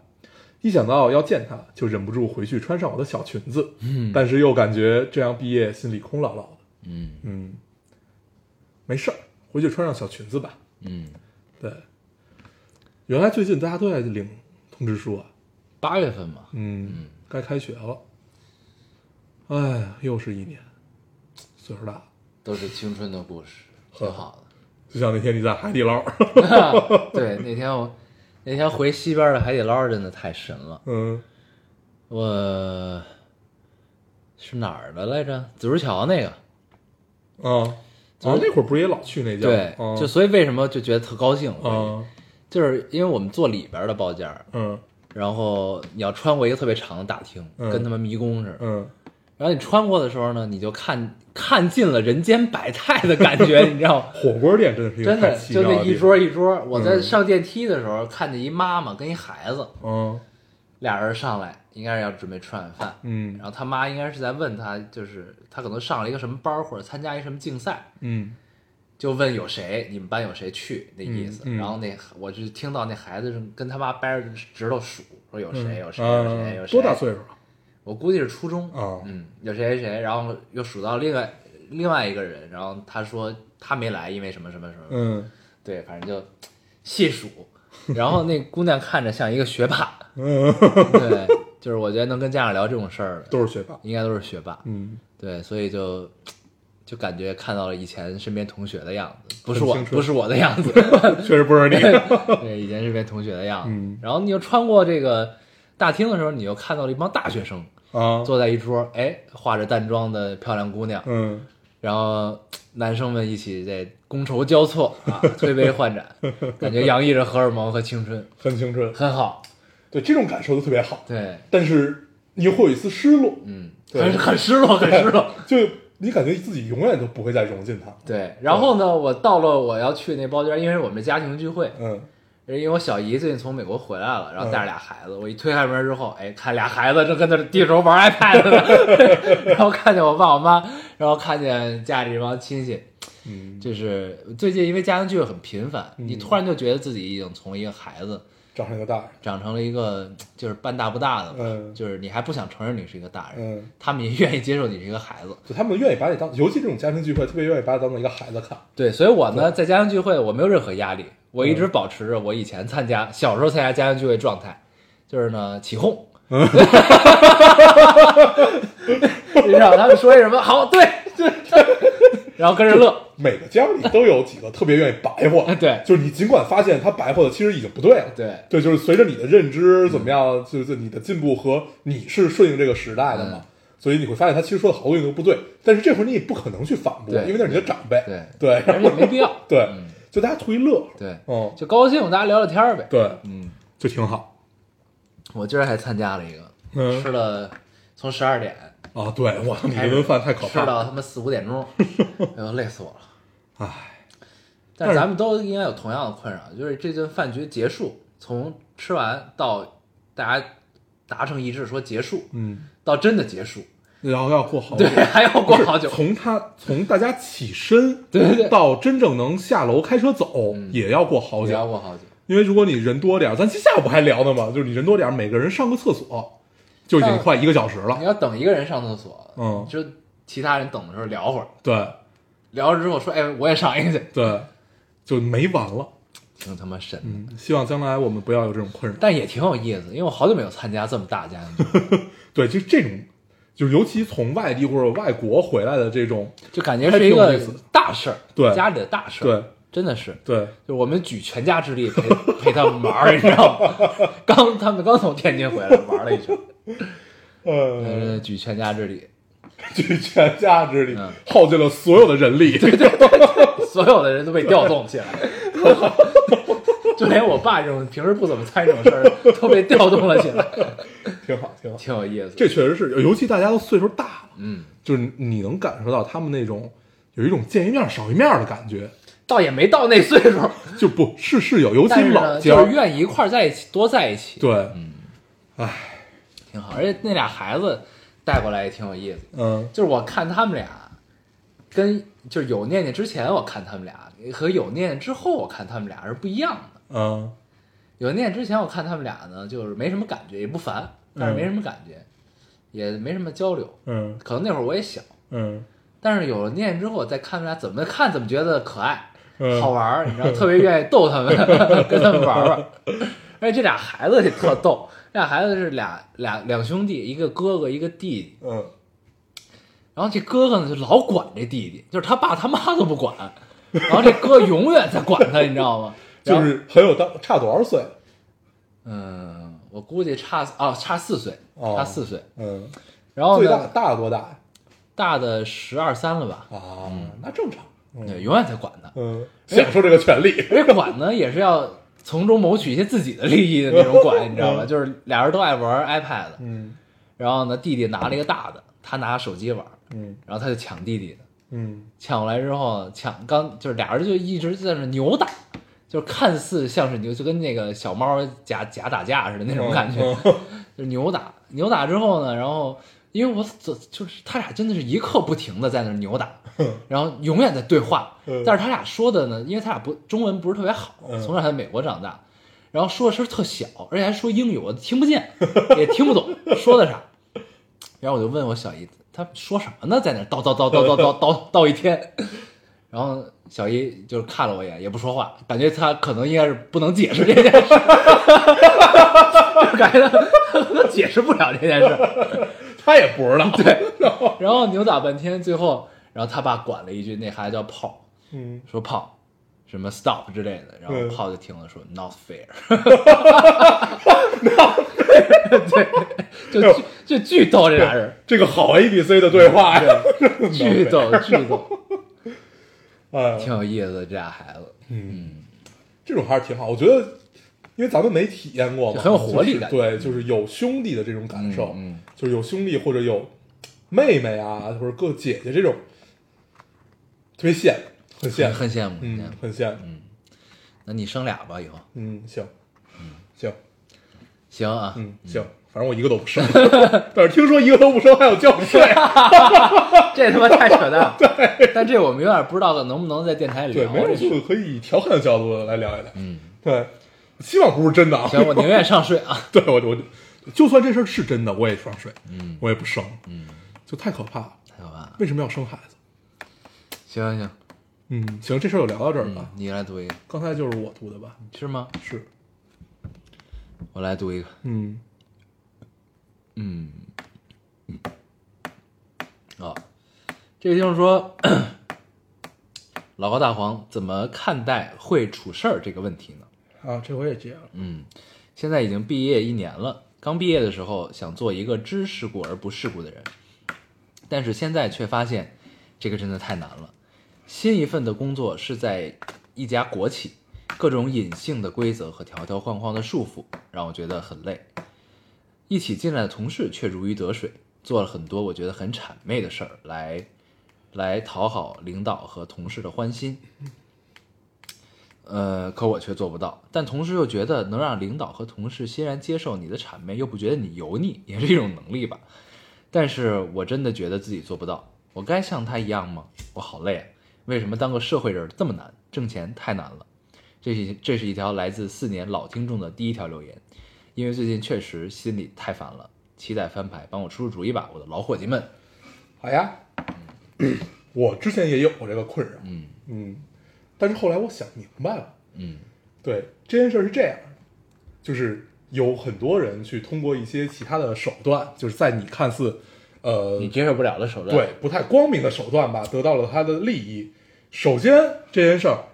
[SPEAKER 4] 一想到要见他，就忍不住回去穿上我的小裙子，但是又感觉这样毕业心里空落落的。
[SPEAKER 3] 嗯
[SPEAKER 4] 嗯，没事儿，回去穿上小裙子吧。
[SPEAKER 3] 嗯，
[SPEAKER 4] 对，原来最近大家都在领通知书啊，
[SPEAKER 3] 八月份嘛，
[SPEAKER 4] 嗯，该开学了。哎，又是一年，岁数大了。
[SPEAKER 3] 都是青春的故事，挺好
[SPEAKER 4] 就像那天你在海底捞，
[SPEAKER 3] 的。对，那天我那天回西边的海底捞真的太神了。
[SPEAKER 4] 嗯，
[SPEAKER 3] 我是哪儿的来着？紫竹桥那个。
[SPEAKER 4] 啊，
[SPEAKER 3] 就是
[SPEAKER 4] 啊，那会儿不是也老去那家？
[SPEAKER 3] 对，
[SPEAKER 4] 啊、
[SPEAKER 3] 就所以为什么就觉得特高兴？
[SPEAKER 4] 啊，
[SPEAKER 3] 就是因为我们坐里边的包间儿，
[SPEAKER 4] 嗯
[SPEAKER 3] 然后你要穿过一个特别长的大厅，
[SPEAKER 4] 嗯
[SPEAKER 3] 跟他们迷宫似的。
[SPEAKER 4] 嗯，
[SPEAKER 3] 然后你穿过的时候呢，你就看看尽了人间百态的感觉，你知道吗？
[SPEAKER 4] 火锅店真的是一个
[SPEAKER 3] 真
[SPEAKER 4] 太
[SPEAKER 3] 的
[SPEAKER 4] 奇
[SPEAKER 3] 就
[SPEAKER 4] 妙
[SPEAKER 3] 那
[SPEAKER 4] 的
[SPEAKER 3] 一
[SPEAKER 4] 地方，
[SPEAKER 3] 桌一桌，我在
[SPEAKER 4] 嗯
[SPEAKER 3] 上电梯的时候看见一妈妈跟一孩子
[SPEAKER 4] 嗯
[SPEAKER 3] 俩人上来，应该是要准备吃晚饭，
[SPEAKER 4] 嗯
[SPEAKER 3] 然后他妈应该是在问他，就是他可能上了一个什么班儿或者参加一什么竞赛，
[SPEAKER 4] 嗯
[SPEAKER 3] 就问有谁，你们班有谁去那意思。
[SPEAKER 4] 嗯嗯
[SPEAKER 3] 然后那我就听到那孩子是跟他妈掰着指头数，说有谁、
[SPEAKER 4] 嗯
[SPEAKER 3] 有谁
[SPEAKER 4] 啊
[SPEAKER 3] 有谁有谁。
[SPEAKER 4] 多大？岁数啊？
[SPEAKER 3] 我估计是初中。
[SPEAKER 4] 哦
[SPEAKER 3] 嗯，有谁谁谁，然后又数到另外另外一个人，然后他说他没来，因为什么什么什么。
[SPEAKER 4] 嗯
[SPEAKER 3] 对，反正就细数。然后那姑娘看着像一个学霸，
[SPEAKER 4] 嗯，
[SPEAKER 3] 对，就是我觉得能跟家长聊这种事儿的，
[SPEAKER 4] 都是学霸。
[SPEAKER 3] 应该都是学霸。
[SPEAKER 4] 嗯，
[SPEAKER 3] 对，所以就就感觉看到了以前身边同学的样子，不是
[SPEAKER 4] 很
[SPEAKER 3] 我
[SPEAKER 4] 青春
[SPEAKER 3] 不是我的样 子，
[SPEAKER 4] 确实 不是你。
[SPEAKER 3] 对，以前身边同学的样子。
[SPEAKER 4] 嗯
[SPEAKER 3] 然后你又穿过这个大厅的时候，你又看到了一帮大学生
[SPEAKER 4] 啊，
[SPEAKER 3] 坐在一桌，哎，化着淡妆的漂亮姑娘，
[SPEAKER 4] 嗯
[SPEAKER 3] 然后呃男生们一起在觥筹交错 啊，推杯换盏，感觉洋溢着荷尔蒙和青春，
[SPEAKER 4] 很青春。
[SPEAKER 3] 很好。
[SPEAKER 4] 对，这种感受都特别好，
[SPEAKER 3] 对，
[SPEAKER 4] 但是你又会有一丝失落，
[SPEAKER 3] 嗯，
[SPEAKER 4] 对
[SPEAKER 3] 很很失落，很失落。
[SPEAKER 4] 就你感觉自己永远都不会再融进他。
[SPEAKER 3] 对，然后呢，我到了我要去那包间，因为是我们家庭聚会，
[SPEAKER 4] 嗯，
[SPEAKER 3] 因为我小姨最近从美国回来了，然后带着俩孩子，我一推开门之后，哎，看俩孩子正跟那低头 玩 iPad 呢，然后看见我爸我妈，然后看见家里这帮亲戚，
[SPEAKER 4] 嗯，
[SPEAKER 3] 就是最近因为家庭聚会很频繁，
[SPEAKER 4] 嗯
[SPEAKER 3] 你突然就觉得自己已经从一个孩子
[SPEAKER 4] 长成一个大人。
[SPEAKER 3] 长成了一个就是半大不大的吧，
[SPEAKER 4] 嗯
[SPEAKER 3] 就是你还不想承认你是一个大人，
[SPEAKER 4] 嗯，
[SPEAKER 3] 他们也愿意接受你是一个孩子。
[SPEAKER 4] 就他们愿意把你当，尤其这种家庭聚会，特别愿意把你当做一个孩子看。
[SPEAKER 3] 对，嗯所以我呢在家庭聚会我没有任何压力，我一直保持着我以前参加小时候参加家庭聚会状态，就是呢起哄，
[SPEAKER 4] 嗯
[SPEAKER 3] 让他们说一什么好，对对，对然后跟着乐，，
[SPEAKER 4] 每个家里都有几个特别愿意白活
[SPEAKER 3] 啊对
[SPEAKER 4] 就是你尽管发现他白活的其实已经不对了，
[SPEAKER 3] 对嗯
[SPEAKER 4] 对，就是随着你的认知怎么样，就是你的进步和你是顺应这个时代的嘛，所以你会发现他其实说的好多东西都不对，但是这会儿你也不可能去反驳，
[SPEAKER 3] 对
[SPEAKER 4] 因为那是你的长辈，
[SPEAKER 3] 对嗯
[SPEAKER 4] 对
[SPEAKER 3] 而且没必要，
[SPEAKER 4] 对，就大家图一乐，
[SPEAKER 3] 对，
[SPEAKER 4] 嗯，
[SPEAKER 3] 就高兴，大家聊聊天儿呗。
[SPEAKER 4] 对，
[SPEAKER 3] 嗯，
[SPEAKER 4] 就挺好，
[SPEAKER 3] 我今儿还参加了一个，
[SPEAKER 4] 嗯
[SPEAKER 3] 吃了从十二点
[SPEAKER 4] 啊，对，哇，你
[SPEAKER 3] 开
[SPEAKER 4] 这
[SPEAKER 3] 始
[SPEAKER 4] 顿饭太可
[SPEAKER 3] 吃
[SPEAKER 4] 怕了，
[SPEAKER 3] 到他妈四五点 钟，哎呦累死我了。
[SPEAKER 4] 唉，
[SPEAKER 3] 但是咱们都应该有同样的困扰，就是这顿饭局结束，从吃完到大家达成一致说结束，
[SPEAKER 4] 嗯，
[SPEAKER 3] 到真的结束，
[SPEAKER 4] 然后要过好久
[SPEAKER 3] 对，还要 过好久
[SPEAKER 4] 哦不是。从他从大家起身，
[SPEAKER 3] 对对对
[SPEAKER 4] 到真正能下楼开车走，
[SPEAKER 3] 嗯
[SPEAKER 4] 也要过好
[SPEAKER 3] 我
[SPEAKER 4] 久
[SPEAKER 3] 要。过好久，
[SPEAKER 4] 因为如果你人多点儿，咱今下午不还聊呢吗？就是你人多点儿，每个人上个厕所，就已经快一个小时
[SPEAKER 3] 你
[SPEAKER 4] 了。
[SPEAKER 3] 要等一个人上厕所，
[SPEAKER 4] 嗯
[SPEAKER 3] 就其他人等的时候聊会儿，
[SPEAKER 4] 对
[SPEAKER 3] 聊了之后说，哎，我也上一个去，
[SPEAKER 4] 对，就没完了。
[SPEAKER 3] 挺他妈神的，
[SPEAKER 4] 嗯，希望将来我们不要有这种困扰。
[SPEAKER 3] 但也挺有意思，因为我好久没有参加这么大的家庭聚会，
[SPEAKER 4] 对，就这种，就是尤其从外地或者外国回来的这种，
[SPEAKER 3] 就感觉是一个
[SPEAKER 4] 还挺有意思
[SPEAKER 3] 大事儿，
[SPEAKER 4] 对
[SPEAKER 3] 家里的大事儿，
[SPEAKER 4] 对，
[SPEAKER 3] 真的是。
[SPEAKER 4] 对，
[SPEAKER 3] 就是我们举全家之力陪陪他们玩儿，你知道吗？刚他们刚从天津回来玩了一圈，
[SPEAKER 4] 呃，
[SPEAKER 3] 呃，举全家之力，
[SPEAKER 4] 举全家之力
[SPEAKER 3] 嗯，
[SPEAKER 4] 耗尽了所有的人力。对对，
[SPEAKER 3] 所有的人都被调动起来， 就连我爸这种平时不怎么参与这种事儿都被调动了起 来，
[SPEAKER 4] 挺好，挺好。
[SPEAKER 3] 挺有意思。
[SPEAKER 4] 这确实是，尤其大家都岁数大了，
[SPEAKER 3] 嗯，
[SPEAKER 4] 就是你能感受到他们那种有一种见一面少一面的感觉。
[SPEAKER 3] 倒也没到那岁 数，
[SPEAKER 4] 就不是是有，尤其
[SPEAKER 3] 但是
[SPEAKER 4] 老
[SPEAKER 3] 呢，
[SPEAKER 4] 家
[SPEAKER 3] 就是
[SPEAKER 4] 儿，
[SPEAKER 3] 愿意一块儿在一起，多在一起，
[SPEAKER 4] 对，
[SPEAKER 3] 挺好。而且那俩孩子带过来也挺有意思，
[SPEAKER 4] 嗯
[SPEAKER 3] 就是我看他们俩跟就是有念念之前我看他们俩和有念念之后我看他们俩是不一样的。
[SPEAKER 4] 嗯
[SPEAKER 3] 有念之前我看他们俩呢，就是没什么感觉，也不烦，但是没什么感觉，也没什么交流。
[SPEAKER 4] 嗯
[SPEAKER 3] 可能那会儿我也小，
[SPEAKER 4] 嗯
[SPEAKER 3] 但是有了念之后，再看他们俩怎么看怎么觉得可爱、
[SPEAKER 4] 嗯
[SPEAKER 3] 好玩儿，你知道，特别愿意逗他们， 跟他们玩 玩。而且这俩孩子也特逗，这俩孩子是俩俩两兄弟，一个哥哥一个弟弟。
[SPEAKER 4] 嗯，
[SPEAKER 3] 然后这哥哥呢就老管这弟弟，就是他爸他妈都不管，然后这哥永远在管他，你知道吗？然
[SPEAKER 4] 就
[SPEAKER 3] 后
[SPEAKER 4] 是很有当差多少岁？
[SPEAKER 3] 嗯，我估计差哦差四岁，
[SPEAKER 4] 哦
[SPEAKER 3] 差四岁。
[SPEAKER 4] 嗯，
[SPEAKER 3] 然后
[SPEAKER 4] 最大
[SPEAKER 3] 呢，
[SPEAKER 4] 大多大呀？
[SPEAKER 3] 大的十二三了吧？
[SPEAKER 4] 啊，那正常。
[SPEAKER 3] 对，永远在管他，
[SPEAKER 4] 嗯，哎享受这个权利。
[SPEAKER 3] 而且管呢也是要从中谋取一些自己的利益的那种管，你知 道吧？就是俩人都爱玩 iPad，
[SPEAKER 4] 嗯
[SPEAKER 3] 然后呢，弟弟拿了一个大的，他拿手机玩，
[SPEAKER 4] 嗯
[SPEAKER 3] 然后他就抢弟弟的，
[SPEAKER 4] 嗯
[SPEAKER 3] 抢过来之后抢刚就是俩人就一直在那扭打。
[SPEAKER 4] 嗯
[SPEAKER 3] 就是看似像是牛，就跟那个小猫假假打架似的那种感觉， 就是扭打，扭打之后呢，然后因为我走就是他俩真的是一刻不停的在那儿扭 打，然后永远在对话
[SPEAKER 4] 嗯，
[SPEAKER 3] 但是他俩说的呢，因为他俩不中文不是特别好
[SPEAKER 4] 嗯，
[SPEAKER 3] 从小在美国长大，然后说的声儿特小，而且还说英语，我听不见，也听不懂说的啥，然后我就问我小姨，他说什么呢？在那儿叨叨叨叨叨叨叨叨一天， 然后小姨就是看了我一眼，也不说话，感觉她可能应该是不能解释这件事，就 感觉她可能解释不了这件事。
[SPEAKER 4] 他也不知道， 对，
[SPEAKER 3] 然后扭打半天，最后，然后他爸管了一句，那孩子叫炮，
[SPEAKER 4] 嗯，
[SPEAKER 3] 说炮，什么 stop 之类的，然
[SPEAKER 4] 嗯
[SPEAKER 3] 后炮就听了说 not fair，对，就巨就巨逗这俩人，
[SPEAKER 4] 这个好 A B C 的对话呀，
[SPEAKER 3] 巨逗巨逗，
[SPEAKER 4] 哎
[SPEAKER 3] 挺
[SPEAKER 4] 呦，
[SPEAKER 3] 有意思的这俩孩 子。
[SPEAKER 4] 这种还是挺好，我觉得。因为咱们没体验过
[SPEAKER 3] 就
[SPEAKER 4] 嘛，
[SPEAKER 3] 很有活力
[SPEAKER 4] 就是
[SPEAKER 3] 感嗯
[SPEAKER 4] 对，就是有兄弟的这种感受，
[SPEAKER 3] 嗯嗯
[SPEAKER 4] 就是有兄弟或者有妹妹啊，或者各姐姐这种，特别羡慕，很
[SPEAKER 3] 很
[SPEAKER 4] 羡慕，
[SPEAKER 3] 很羡慕，很羡
[SPEAKER 4] 嗯
[SPEAKER 3] 慕，。
[SPEAKER 4] 很羡慕，
[SPEAKER 3] 那你生俩吧，以后
[SPEAKER 4] 嗯，行，
[SPEAKER 3] 嗯
[SPEAKER 4] 行，
[SPEAKER 3] 行啊，
[SPEAKER 4] 嗯，行，反正我一个都不生， 但是听说一个都不生还有交 税，
[SPEAKER 3] 这他妈太扯淡 了。对，但这我们有点不知道能不能在电台里
[SPEAKER 4] 对，
[SPEAKER 3] 聊
[SPEAKER 4] 没有
[SPEAKER 3] 这事。
[SPEAKER 4] 就可以以调侃的角度来聊一聊，
[SPEAKER 3] 嗯，
[SPEAKER 4] 对，希望不是真的啊，
[SPEAKER 3] 行，我宁愿上税 啊。
[SPEAKER 4] 对我我就算这事儿是真的，我也装睡，
[SPEAKER 3] 嗯，
[SPEAKER 4] 我也不生，嗯，就太可怕了，
[SPEAKER 3] 太可怕了。
[SPEAKER 4] 为什么要生孩子？
[SPEAKER 3] 行行行，
[SPEAKER 4] 嗯，行，这事儿就聊到这儿吧
[SPEAKER 3] 嗯，，你来读一个，
[SPEAKER 4] 刚才就是我读的吧，
[SPEAKER 3] 是吗？
[SPEAKER 4] 是，
[SPEAKER 3] 我来读一个。
[SPEAKER 4] 嗯
[SPEAKER 3] 嗯，哦，这个地方说， 老高大黄怎么看待会处事儿这个问题呢？
[SPEAKER 4] 啊，这我也接了，
[SPEAKER 3] 嗯，现在已经毕业一年了。刚毕业的时候想做一个知世故而不世故的人，但是现在却发现这个真的太难了。新一份的工作是在一家国企，各种隐性的规则和条条框框的束缚让我觉得很累。一起进来的同事却如鱼得水，做了很多我觉得很谄媚的事儿来来讨好领导和同事的欢心。呃，可我却做不到。但同时又觉得能让领导和同事欣然接受你的谄媚，又不觉得你油腻，也是一种能力吧。但是我真的觉得自己做不到。我该像他一样吗？我好累啊！为什么当个社会人这么难？挣钱太难了。这是这是一条来自四年老听众的第一条留言，因为最近确实心里太烦了，期待翻牌，帮我出出主意吧，我的老伙计们。
[SPEAKER 4] 好呀，我之前也有过这个困扰，
[SPEAKER 3] 嗯
[SPEAKER 4] 嗯，但是后来我想明白了，
[SPEAKER 3] 嗯
[SPEAKER 4] 对这件事儿是这样的，就是有很多人去通过一些其他的手段，就是在你看似呃
[SPEAKER 3] 你接受不了的手段。
[SPEAKER 4] 对，不太光明的手段吧，得到了他的利益。首先这件事儿，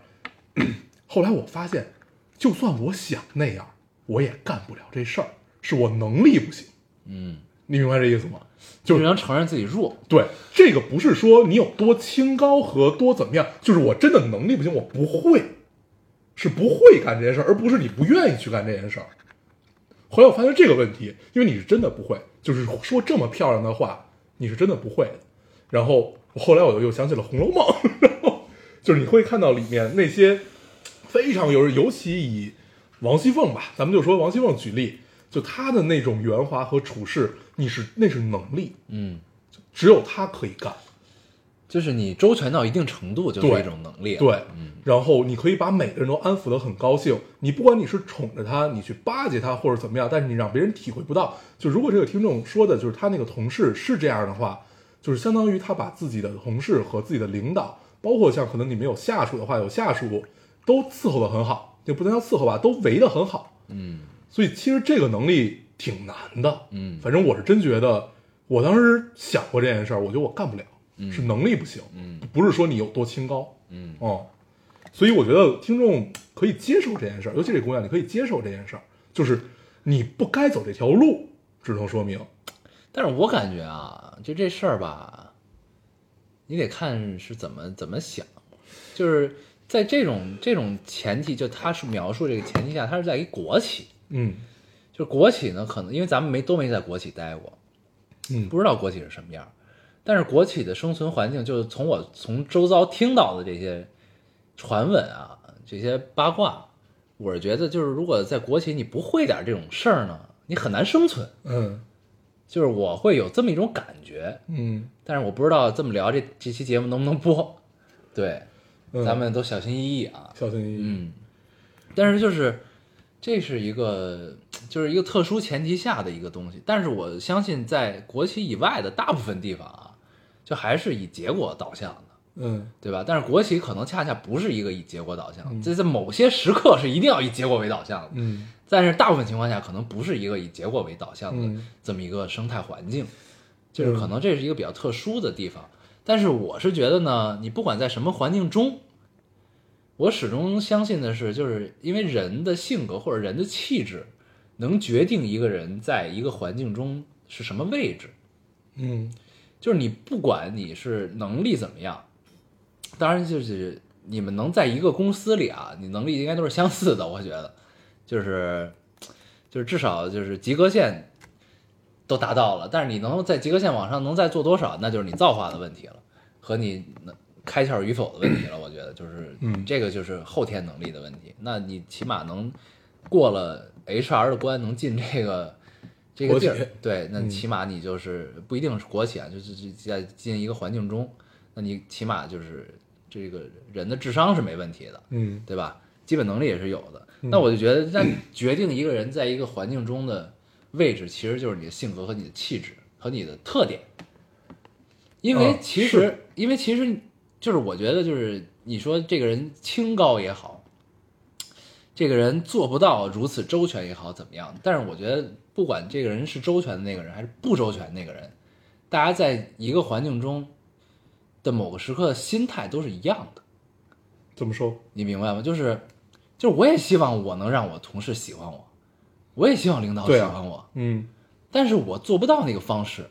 [SPEAKER 4] 后来我发现，就算我想那样，我也干不了这事儿，是我能力不行。
[SPEAKER 3] 嗯，
[SPEAKER 4] 你明白这意思吗？就
[SPEAKER 3] 就是能承认自己弱。
[SPEAKER 4] 对，这个不是说你有多清高和多怎么样，就是我真的能力不行，我不会，是不会干这件事儿，而不是你不愿意去干这件事儿。后来我发现这个问题，因为你是真的不会，就是说这么漂亮的话，你是真的不会的。然后后来我又想起了《红楼梦》，然后就是你会看到里面那些非常有，尤其以王熙凤吧，咱们就说王熙凤举例，就她的那种圆滑和处事，你是那是能力，
[SPEAKER 3] 嗯，
[SPEAKER 4] 只有他可以干。
[SPEAKER 3] 就是你周全到一定程度，就是
[SPEAKER 4] 对
[SPEAKER 3] 一种能力了。
[SPEAKER 4] 对，
[SPEAKER 3] 嗯，
[SPEAKER 4] 然后你可以把每个人都安抚的很高兴。你不管你是宠着他，你去巴结他或者怎么样，但是你让别人体会不到。就如果这个听众说的就是他那个同事是这样的话，就是相当于他把自己的同事和自己的领导，包括像可能你们有下属的话，有下属都伺候的很好，也不能叫伺候吧，都围的很好。
[SPEAKER 3] 嗯
[SPEAKER 4] 所以其实这个能力挺难的。
[SPEAKER 3] 嗯
[SPEAKER 4] 反正我是真觉得，我当时想过这件事儿，我觉得我干不了，
[SPEAKER 3] 嗯
[SPEAKER 4] 是能力不行，
[SPEAKER 3] 嗯
[SPEAKER 4] 不是说你有多清高。
[SPEAKER 3] 嗯
[SPEAKER 4] 哦，所以我觉得听众可以接受这件事儿，尤其这姑娘，你可以接受这件事儿，就是你不该走这条路，只能说明，
[SPEAKER 3] 但是我感觉啊，就这事儿吧，你得看是怎么怎么想，就是在这种这种前提，就他是描述这个前提下，他是在一国企，
[SPEAKER 4] 嗯
[SPEAKER 3] 就是国企呢，可能因为咱们没都没在国企待过，
[SPEAKER 4] 嗯，
[SPEAKER 3] 不知道国企是什么样儿，但是国企的生存环境，就是从我从周遭听到的这些传闻啊，这些八卦，我是觉得就是如果在国企你不会点儿这种事儿呢，你很难生存。
[SPEAKER 4] 嗯
[SPEAKER 3] 就是我会有这么一种感觉，
[SPEAKER 4] 嗯，
[SPEAKER 3] 但是我不知道这么聊这这期节目能不能播。对，
[SPEAKER 4] 嗯
[SPEAKER 3] 咱们都小心翼翼啊。
[SPEAKER 4] 小心翼翼，
[SPEAKER 3] 嗯，但是就是这是一个就是一个特殊前提下的一个东西，但是我相信在国企以外的大部分地方啊，就还是以结果导向的，
[SPEAKER 4] 嗯
[SPEAKER 3] 对吧？但是国企可能恰恰不是一个以结果导向，这在某些时刻是一定要以结果为导向的，
[SPEAKER 4] 嗯
[SPEAKER 3] 但是大部分情况下可能不是一个以结果为导向的
[SPEAKER 4] 嗯
[SPEAKER 3] 这么一个生态环境，就是可能这是一个比较特殊的地方。但是我是觉得呢，你不管在什么环境中，我始终相信的是，就是因为人的性格或者人的气质，能决定一个人在一个环境中是什么位置。
[SPEAKER 4] 嗯
[SPEAKER 3] 就是你不管你是能力怎么样，当然就是你们能在一个公司里啊，你能力应该都是相似的，我觉得，就是就是至少就是及格线都达到了，但是你能够在及格线往上能再做多少，那就是你造化的问题了，和你能开窍与否的问题了。我觉得就是，
[SPEAKER 4] 嗯
[SPEAKER 3] 这个就是后天能力的问题。那你起码能过了 HR 的关，能进这个。这个地
[SPEAKER 4] 国
[SPEAKER 3] 儿
[SPEAKER 4] 企，
[SPEAKER 3] 对，那起码你就是不一定是国企啊，就是就是在进一个环境中，那你起码就是这个人的智商是没问题的，
[SPEAKER 4] 嗯
[SPEAKER 3] 对吧？基本能力也是有的。那我就觉得，那决定一个人在一个环境中的位置，其实就是你的性格和你的气质和你的特点。因为
[SPEAKER 4] 嗯
[SPEAKER 3] 其实，因为其实就是我觉得，就是你说这个人清高也好，这个人做不到如此周全也好，怎么样？但是我觉得，不管这个人是周全的那个人，还是不周全的那个人，大家在一个环境中的某个时刻，心态都是一样的。
[SPEAKER 4] 怎么说？
[SPEAKER 3] 你明白吗？就是，就是我也希望我能让我同事喜欢我，我也希望领导喜
[SPEAKER 4] 对啊
[SPEAKER 3] 欢我，
[SPEAKER 4] 嗯，
[SPEAKER 3] 但是我做不到那个方式。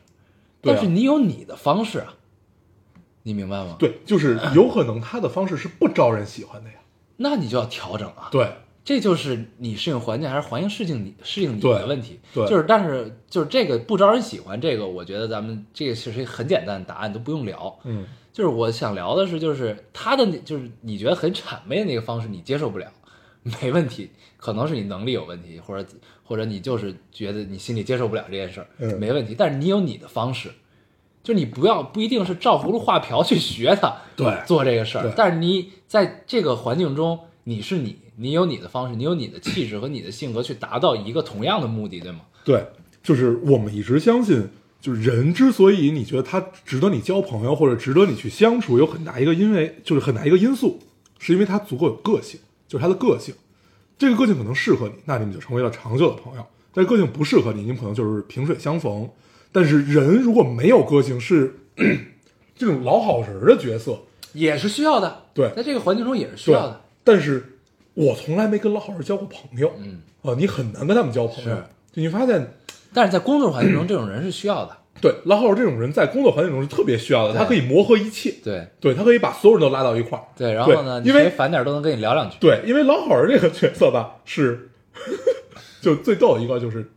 [SPEAKER 4] 对啊
[SPEAKER 3] 但是你有你的方式啊，你明白吗？，
[SPEAKER 4] 对，就是有可能他的方式是不招人喜欢的呀。
[SPEAKER 3] 那你就要调整啊。，
[SPEAKER 4] 对，
[SPEAKER 3] 这就是你适应环境还是环境适应你适应你
[SPEAKER 4] 对
[SPEAKER 3] 的问题。
[SPEAKER 4] 对
[SPEAKER 3] 就是但是就是这个不招人喜欢，这个我觉得咱们这个其实很简单的答案，都不用聊。
[SPEAKER 4] 嗯
[SPEAKER 3] 就是我想聊的是，就是他的那，就是你觉得很谄媚的那个方式，你接受不了，没问题，可能是你能力有问题，或者或者你就是觉得你心里接受不了这件事儿，
[SPEAKER 4] 嗯
[SPEAKER 3] 没问题。但是你有你的方式，就你不要不一定是照葫芦画瓢去学他，
[SPEAKER 4] 对
[SPEAKER 3] 做这个事
[SPEAKER 4] 对
[SPEAKER 3] 儿。但是你在这个环境中，你是你，你有你的方式，你有你的气质和你的性格去达到一个同样的目的，对吗？
[SPEAKER 4] 对，就是我们一直相信，就是人之所以你觉得他值得你交朋友或者值得你去相处，有很大一个因为就是很大一个因素，是因为他足够有个性，就是他的个性。这个个性可能适合你，那你们就成为了长久的朋友；但是个性不适合你，你们可能就是萍水相逢。但是人如果没有个性，是这种老好人的角色，
[SPEAKER 3] 也是需要的，
[SPEAKER 4] 对
[SPEAKER 3] 在这个环境中也是需
[SPEAKER 4] 对，
[SPEAKER 3] 要的。
[SPEAKER 4] 但是我从来没跟老好人交过朋友，
[SPEAKER 3] 嗯，
[SPEAKER 4] 啊，你很难跟他们交朋友
[SPEAKER 3] 是。
[SPEAKER 4] 就你发现，
[SPEAKER 3] 但是在工作环境中，这种人是需要的。
[SPEAKER 4] 对老好人这种人在工作环境中是特别需要的，
[SPEAKER 3] 对
[SPEAKER 4] 他可以磨合一切，
[SPEAKER 3] 对
[SPEAKER 4] 对他可以把所有人都拉到一块儿。
[SPEAKER 3] 对，然后呢，
[SPEAKER 4] 因
[SPEAKER 3] 你谁
[SPEAKER 4] 为
[SPEAKER 3] 烦点儿都能跟你聊两句。
[SPEAKER 4] 对，因为老好人这个角色吧，是 就最逗的一个就是，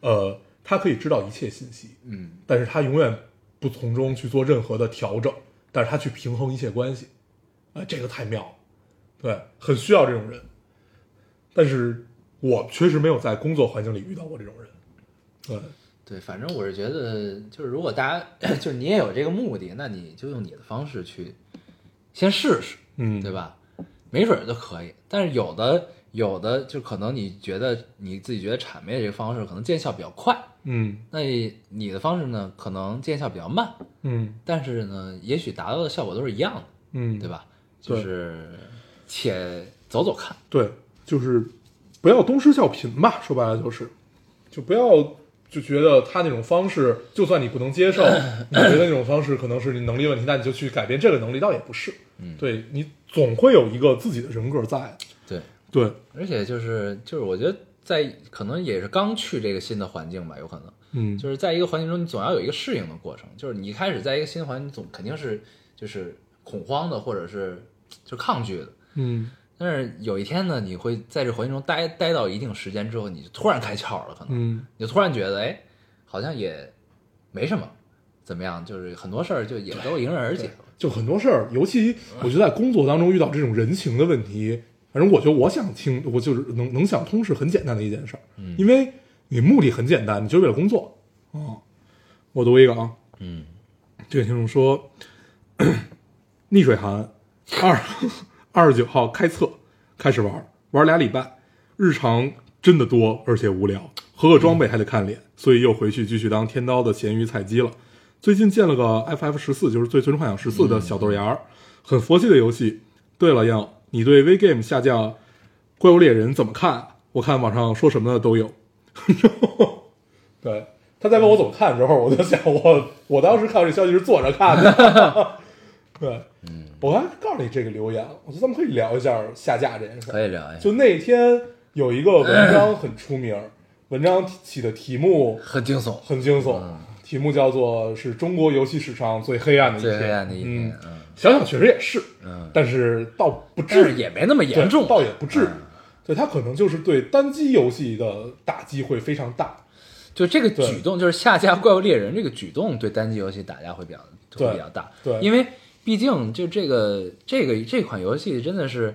[SPEAKER 4] 呃，他可以知道一切信息，
[SPEAKER 3] 嗯，
[SPEAKER 4] 但是他永远不从中去做任何的调整，但是他去平衡一切关系，啊、这个太妙了，对，很需要这种人，但是我确实没有在工作环境里遇到过这种人，对，
[SPEAKER 3] 对，反正我是觉得，就是如果大家 就是你也有这个目的，那你就用你的方式去先试试，
[SPEAKER 4] 嗯，
[SPEAKER 3] 对？吧？没准儿就可以。但是有的有的就可能你觉得你自己觉得谄媚的这个方式可能见效比较快，
[SPEAKER 4] 嗯
[SPEAKER 3] 那你的方式呢可能见效比较慢，
[SPEAKER 4] 嗯
[SPEAKER 3] 但是呢也许达到的效果都是一样的，
[SPEAKER 4] 嗯，
[SPEAKER 3] 对？吧？就是且走走看，
[SPEAKER 4] 对，就是不要东施效颦吧，说白了就是，就不要就觉得他那种方式，就算你不能接受，你觉得那种方式可能是你能力问题，那你就去改变这个能力，倒也不是。
[SPEAKER 3] 嗯
[SPEAKER 4] 对你总会有一个自己的人格在的。
[SPEAKER 3] 对。
[SPEAKER 4] 对，
[SPEAKER 3] 而且就是就是，我觉得在可能也是刚去这个新的环境吧，有可能
[SPEAKER 4] 嗯，
[SPEAKER 3] 就是在一个环境中，你总要有一个适应的过程。就是你一开始在一个新环境，总肯定是就是恐慌的，或者是就抗拒的。
[SPEAKER 4] 嗯
[SPEAKER 3] 但是有一天呢，你会在这环境中待待到一定时间之后，你就突然开窍了，可能
[SPEAKER 4] 嗯
[SPEAKER 3] 你就突然觉得，哎，好像也没什么，怎么样？就是很多事儿就也都迎刃而解了。
[SPEAKER 4] 就很多事儿，尤其呃我觉得在工作当中遇到这种人情的问题，反正我觉得我想清，我就是能能想通是很简单的一件事儿，因为你目的很简单，你就是为了工作。哦，我读一个啊，
[SPEAKER 3] 嗯，
[SPEAKER 4] 这位听众说， 逆水寒二 二十九号开测开始玩，玩俩礼拜，日常真的多而且无聊，合个装备还得看脸，所以又回去继续当天刀的咸鱼菜鸡了。最近建了个 FF 十四，就是《最最终幻想十四》的小豆芽儿，很佛系的游戏。对了，要你对 V Game 下架《怪物猎人》怎么看？我看网上说什么的都有。 对，他在问我怎么看的时候，我就想我我当时看到这消息是坐着看 的。对，我刚才告诉你这个留言，我觉得咱们可以聊一下下架这件事儿。
[SPEAKER 3] 可以聊一下，
[SPEAKER 4] 就那天有一个文章很出名，文章起的题目
[SPEAKER 3] 很惊悚，
[SPEAKER 4] 很惊悚，
[SPEAKER 3] 嗯
[SPEAKER 4] 题目叫做是中国游戏史上最黑暗的一
[SPEAKER 3] 最
[SPEAKER 4] 天。
[SPEAKER 3] 黑暗的一天
[SPEAKER 4] 嗯，，
[SPEAKER 3] 嗯
[SPEAKER 4] 想想确实也是，
[SPEAKER 3] 嗯，
[SPEAKER 4] 但是倒不
[SPEAKER 3] 但
[SPEAKER 4] 至
[SPEAKER 3] 是
[SPEAKER 4] 于
[SPEAKER 3] 也没那么严重
[SPEAKER 4] 对，倒也不至于
[SPEAKER 3] 嗯。
[SPEAKER 4] 对，它可能就是对单机游戏的打击会非常大。
[SPEAKER 3] 就这个
[SPEAKER 4] 对
[SPEAKER 3] 举动，就是下架《怪物猎人》这个举动，对单机游戏打压会比较
[SPEAKER 4] 对
[SPEAKER 3] 会比较大。
[SPEAKER 4] 对
[SPEAKER 3] 因为毕竟就这个这个这款游戏真的是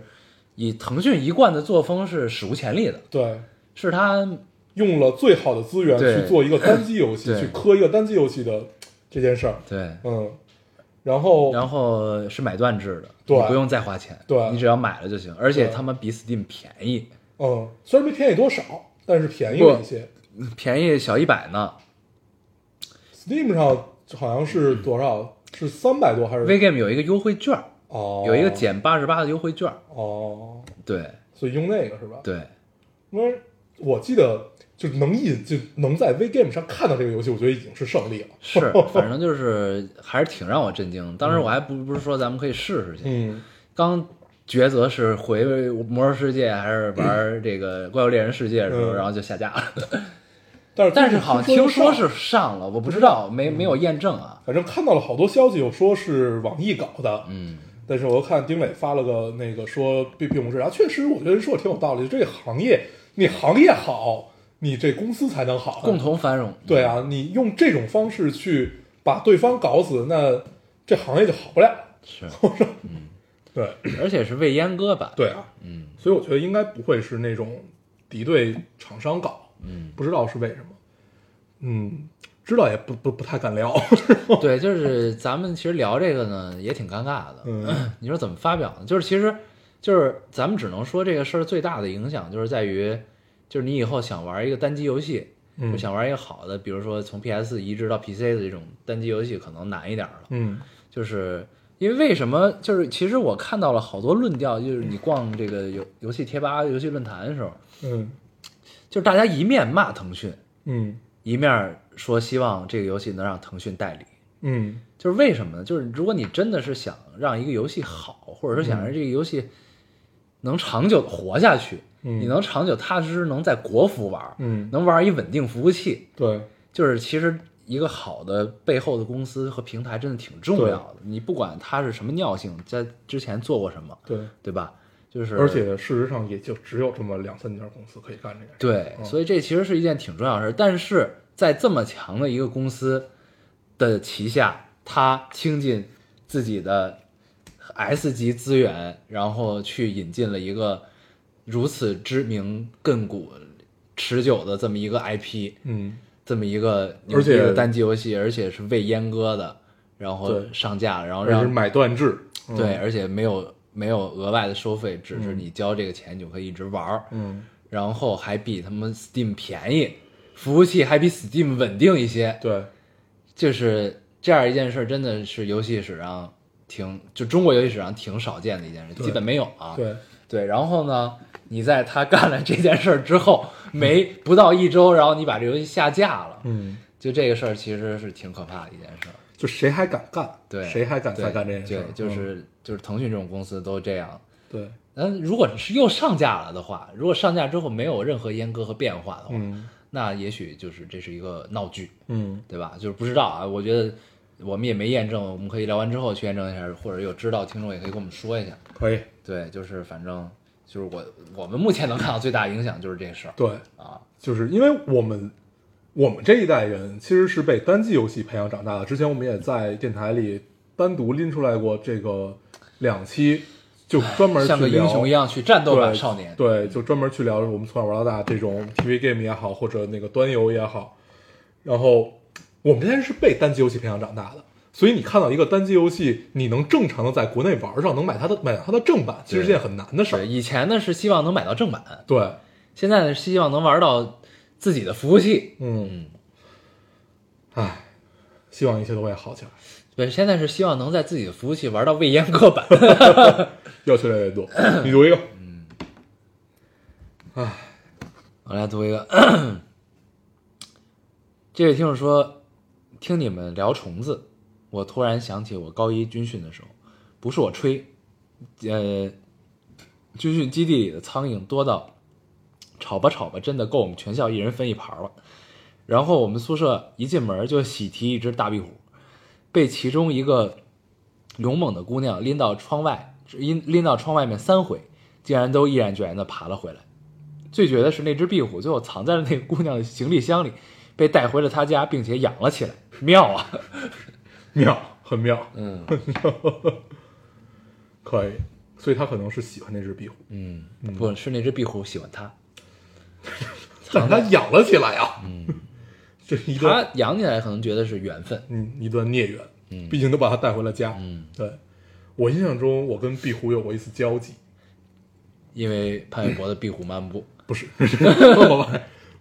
[SPEAKER 3] 以腾讯一贯的作风是史无前例的，
[SPEAKER 4] 对，
[SPEAKER 3] 是它
[SPEAKER 4] 用了最好的资源
[SPEAKER 3] 对
[SPEAKER 4] 去做一个单机游戏，
[SPEAKER 3] 对
[SPEAKER 4] 去磕一个单机游戏的这件事儿。
[SPEAKER 3] 对，
[SPEAKER 4] 嗯，然后
[SPEAKER 3] 然后是买断制的，
[SPEAKER 4] 哦对
[SPEAKER 3] 你不用再花钱，
[SPEAKER 4] 对
[SPEAKER 3] 你只要买了就行，而且
[SPEAKER 4] 对
[SPEAKER 3] 他们比 Steam 便宜，
[SPEAKER 4] 嗯，虽然没便宜多少，但是便宜了一些。
[SPEAKER 3] 便宜小一百呢。
[SPEAKER 4] Steam 上好像是
[SPEAKER 3] 嗯
[SPEAKER 4] 多少？是三百多还是？
[SPEAKER 3] VGame 有一个优惠券，
[SPEAKER 4] 哦，
[SPEAKER 3] 有一个减八十八的优惠券，
[SPEAKER 4] 哦，
[SPEAKER 3] 对
[SPEAKER 4] 所以用那个是吧？
[SPEAKER 3] 对，
[SPEAKER 4] 因为我记得就是能引就能在 VGame 上看到这个游戏，我觉得已经是胜利了。
[SPEAKER 3] 是，反正就是还是挺让我震惊的。当时我还不不是说咱们可以试试去，
[SPEAKER 4] 嗯，
[SPEAKER 3] 刚抉择是回魔兽世界还是玩这个怪物猎人世界的时候，
[SPEAKER 4] 嗯
[SPEAKER 3] 然后就下架 了。
[SPEAKER 4] 但是
[SPEAKER 3] 但是好像
[SPEAKER 4] 听
[SPEAKER 3] 听说
[SPEAKER 4] 上
[SPEAKER 3] 是上了，我不知道，没没有验证啊。
[SPEAKER 4] 反正看到了好多消息，有说是网易搞的，
[SPEAKER 3] 嗯，
[SPEAKER 4] 但是我又看丁磊发了个那个说并并不是，然后确实我觉得说的挺有道理，这个行业你行业好，你这公司才能好，啊
[SPEAKER 3] 共同繁荣。
[SPEAKER 4] 对啊，你用这种方式去把对方搞死，那这行业就好不了。
[SPEAKER 3] 是，嗯
[SPEAKER 4] 对
[SPEAKER 3] 而且是未阉割版。
[SPEAKER 4] 对啊，
[SPEAKER 3] 嗯，
[SPEAKER 4] 所以我觉得应该不会是那种敌对厂商搞，嗯，不知道是为什么，嗯，知道也不不不太敢聊，
[SPEAKER 3] 对，就是咱们其实聊这个呢，也挺尴尬的。
[SPEAKER 4] 嗯
[SPEAKER 3] 你说怎么发表呢？就是其实，就是咱们只能说这个事儿最大的影响就是在于，就是你以后想玩一个单机游戏，
[SPEAKER 4] 嗯
[SPEAKER 3] 就想玩一个好的，比如说从 PS 移植到 PC 的这种单机游戏，可能难一点儿了。
[SPEAKER 4] 嗯
[SPEAKER 3] 就是因为为什么？就是其实我看到了好多论调，就是你逛这个游游戏贴吧、游戏论坛的时候，
[SPEAKER 4] 嗯
[SPEAKER 3] 就是大家一面骂腾讯，
[SPEAKER 4] 嗯
[SPEAKER 3] 一面说希望这个游戏能让腾讯代理。
[SPEAKER 4] 嗯
[SPEAKER 3] 就是为什么呢？就是如果你真的是想让一个游戏好，或者说想让这个游戏能长久地活下去，
[SPEAKER 4] 嗯
[SPEAKER 3] 你能长久踏实实能在国服玩，
[SPEAKER 4] 嗯，
[SPEAKER 3] 能玩一稳定服务器，
[SPEAKER 4] 对
[SPEAKER 3] 就是其实一个好的背后的公司和平台真的挺重要的。你不管它是什么尿性，在之前做过什么，
[SPEAKER 4] 对，
[SPEAKER 3] 对吧？就是
[SPEAKER 4] 而且事实上也就只有这么两三家公司可以干这个事。
[SPEAKER 3] 对，所以这其实是一件挺重要的事儿。但是在这么强的一个公司的旗下，他倾尽自己的 S 级资源，然后去引进了一个如此知名、亘古持久的这么一个 IP，
[SPEAKER 4] 嗯，
[SPEAKER 3] 这么一个牛
[SPEAKER 4] 而且
[SPEAKER 3] 逼的单机游戏，而且是未阉割的，然后
[SPEAKER 4] 对
[SPEAKER 3] 上架，然后
[SPEAKER 4] 而且
[SPEAKER 3] 让
[SPEAKER 4] 是买断制。嗯
[SPEAKER 3] 对，，而且没有没有额外的收费，只是你交这个钱你就可以一直玩儿。
[SPEAKER 4] 嗯，
[SPEAKER 3] 然后还比他们 Steam 便宜，服务器还比 Steam 稳定一些，
[SPEAKER 4] 对，
[SPEAKER 3] 就是这样一件事，真的是游戏史上挺就中国游戏史上挺少见的一件事，
[SPEAKER 4] 对
[SPEAKER 3] 基本没有啊。
[SPEAKER 4] 对，
[SPEAKER 3] 对，然后呢，你在他干了这件事儿之后，没不到一周，然后你把这游戏下架了，
[SPEAKER 4] 嗯，
[SPEAKER 3] 就这个事儿其实是挺可怕的一件事儿。
[SPEAKER 4] 就谁还敢干？
[SPEAKER 3] 对，
[SPEAKER 4] 谁还敢
[SPEAKER 3] 对
[SPEAKER 4] 再干这件事儿？
[SPEAKER 3] 对，就是、就是腾讯这种公司都这样。
[SPEAKER 4] 嗯对，
[SPEAKER 3] 嗯，如果是又上架了的话，如果上架之后没有任何阉割和变化的话，
[SPEAKER 4] 嗯
[SPEAKER 3] 那也许就是这是一个闹剧，
[SPEAKER 4] 嗯，
[SPEAKER 3] 对吧？就是不知道啊，我觉得我们也没验证，我们可以聊完之后去验证一下，或者有知道听众也可以跟我们说一下。
[SPEAKER 4] 可以。
[SPEAKER 3] 对，就是反正就是我我们目前能看到最大影响就是这事儿
[SPEAKER 4] 对，
[SPEAKER 3] 啊，
[SPEAKER 4] 就是因为我们我们这一代人其实是被单机游戏培养长大的。之前我们也在电台里单独拎出来过这个两期就专门
[SPEAKER 3] 像
[SPEAKER 4] 去
[SPEAKER 3] 个
[SPEAKER 4] 聊
[SPEAKER 3] 英雄一样去战斗吧，
[SPEAKER 4] 对
[SPEAKER 3] 少年。
[SPEAKER 4] 对，就专门去聊我们从小玩到大这种 TV game 也好，或者那个端游也好。然后我们这些人是被单机游戏培养长大的，所以你看到一个单机游戏，你能正常的在国内玩上，能买它的买它的正版，其实是件很难的事
[SPEAKER 3] 对，
[SPEAKER 4] 儿。
[SPEAKER 3] 以前呢是希望能买到正版，
[SPEAKER 4] 对，
[SPEAKER 3] 现在呢是希望能玩到自己的服务器。
[SPEAKER 4] 嗯，唉，希望一切都会好起来，
[SPEAKER 3] 对，现在是希望能在自己的服务器玩到未阉割版。
[SPEAKER 4] 要求越来越多。 你读一个，
[SPEAKER 3] 我来读一个， 这位听众说，听你们聊虫子，我突然想起我高一军训的时候，不是我吹，呃，军训基地里的苍蝇多到，吵吧吵吧，真的够我们全校一人分一盘了。然后我们宿舍一进门就喜提一只大壁虎，被其中一个勇猛的姑娘拎到窗外，拎拎到窗外面三回，竟然都毅然决然的爬了回来。最绝的是那只壁虎最后藏在了那个姑娘的行李箱里，被带回了她家，并且养了起来。妙啊！
[SPEAKER 4] 妙，很妙，
[SPEAKER 3] 嗯
[SPEAKER 4] 可以。所以他可能是喜欢那只壁虎，
[SPEAKER 3] 嗯，不是那只壁虎喜欢它，
[SPEAKER 4] 但是他养了起来啊。嗯， 这是一段
[SPEAKER 3] 它养起来可能觉得是缘分。
[SPEAKER 4] 嗯，一段孽缘，嗯，毕竟都把他带回了家，嗯，对。我印象中，我跟壁虎有过一次交集，
[SPEAKER 3] 因为潘玮柏的壁虎漫步，
[SPEAKER 4] 不 是，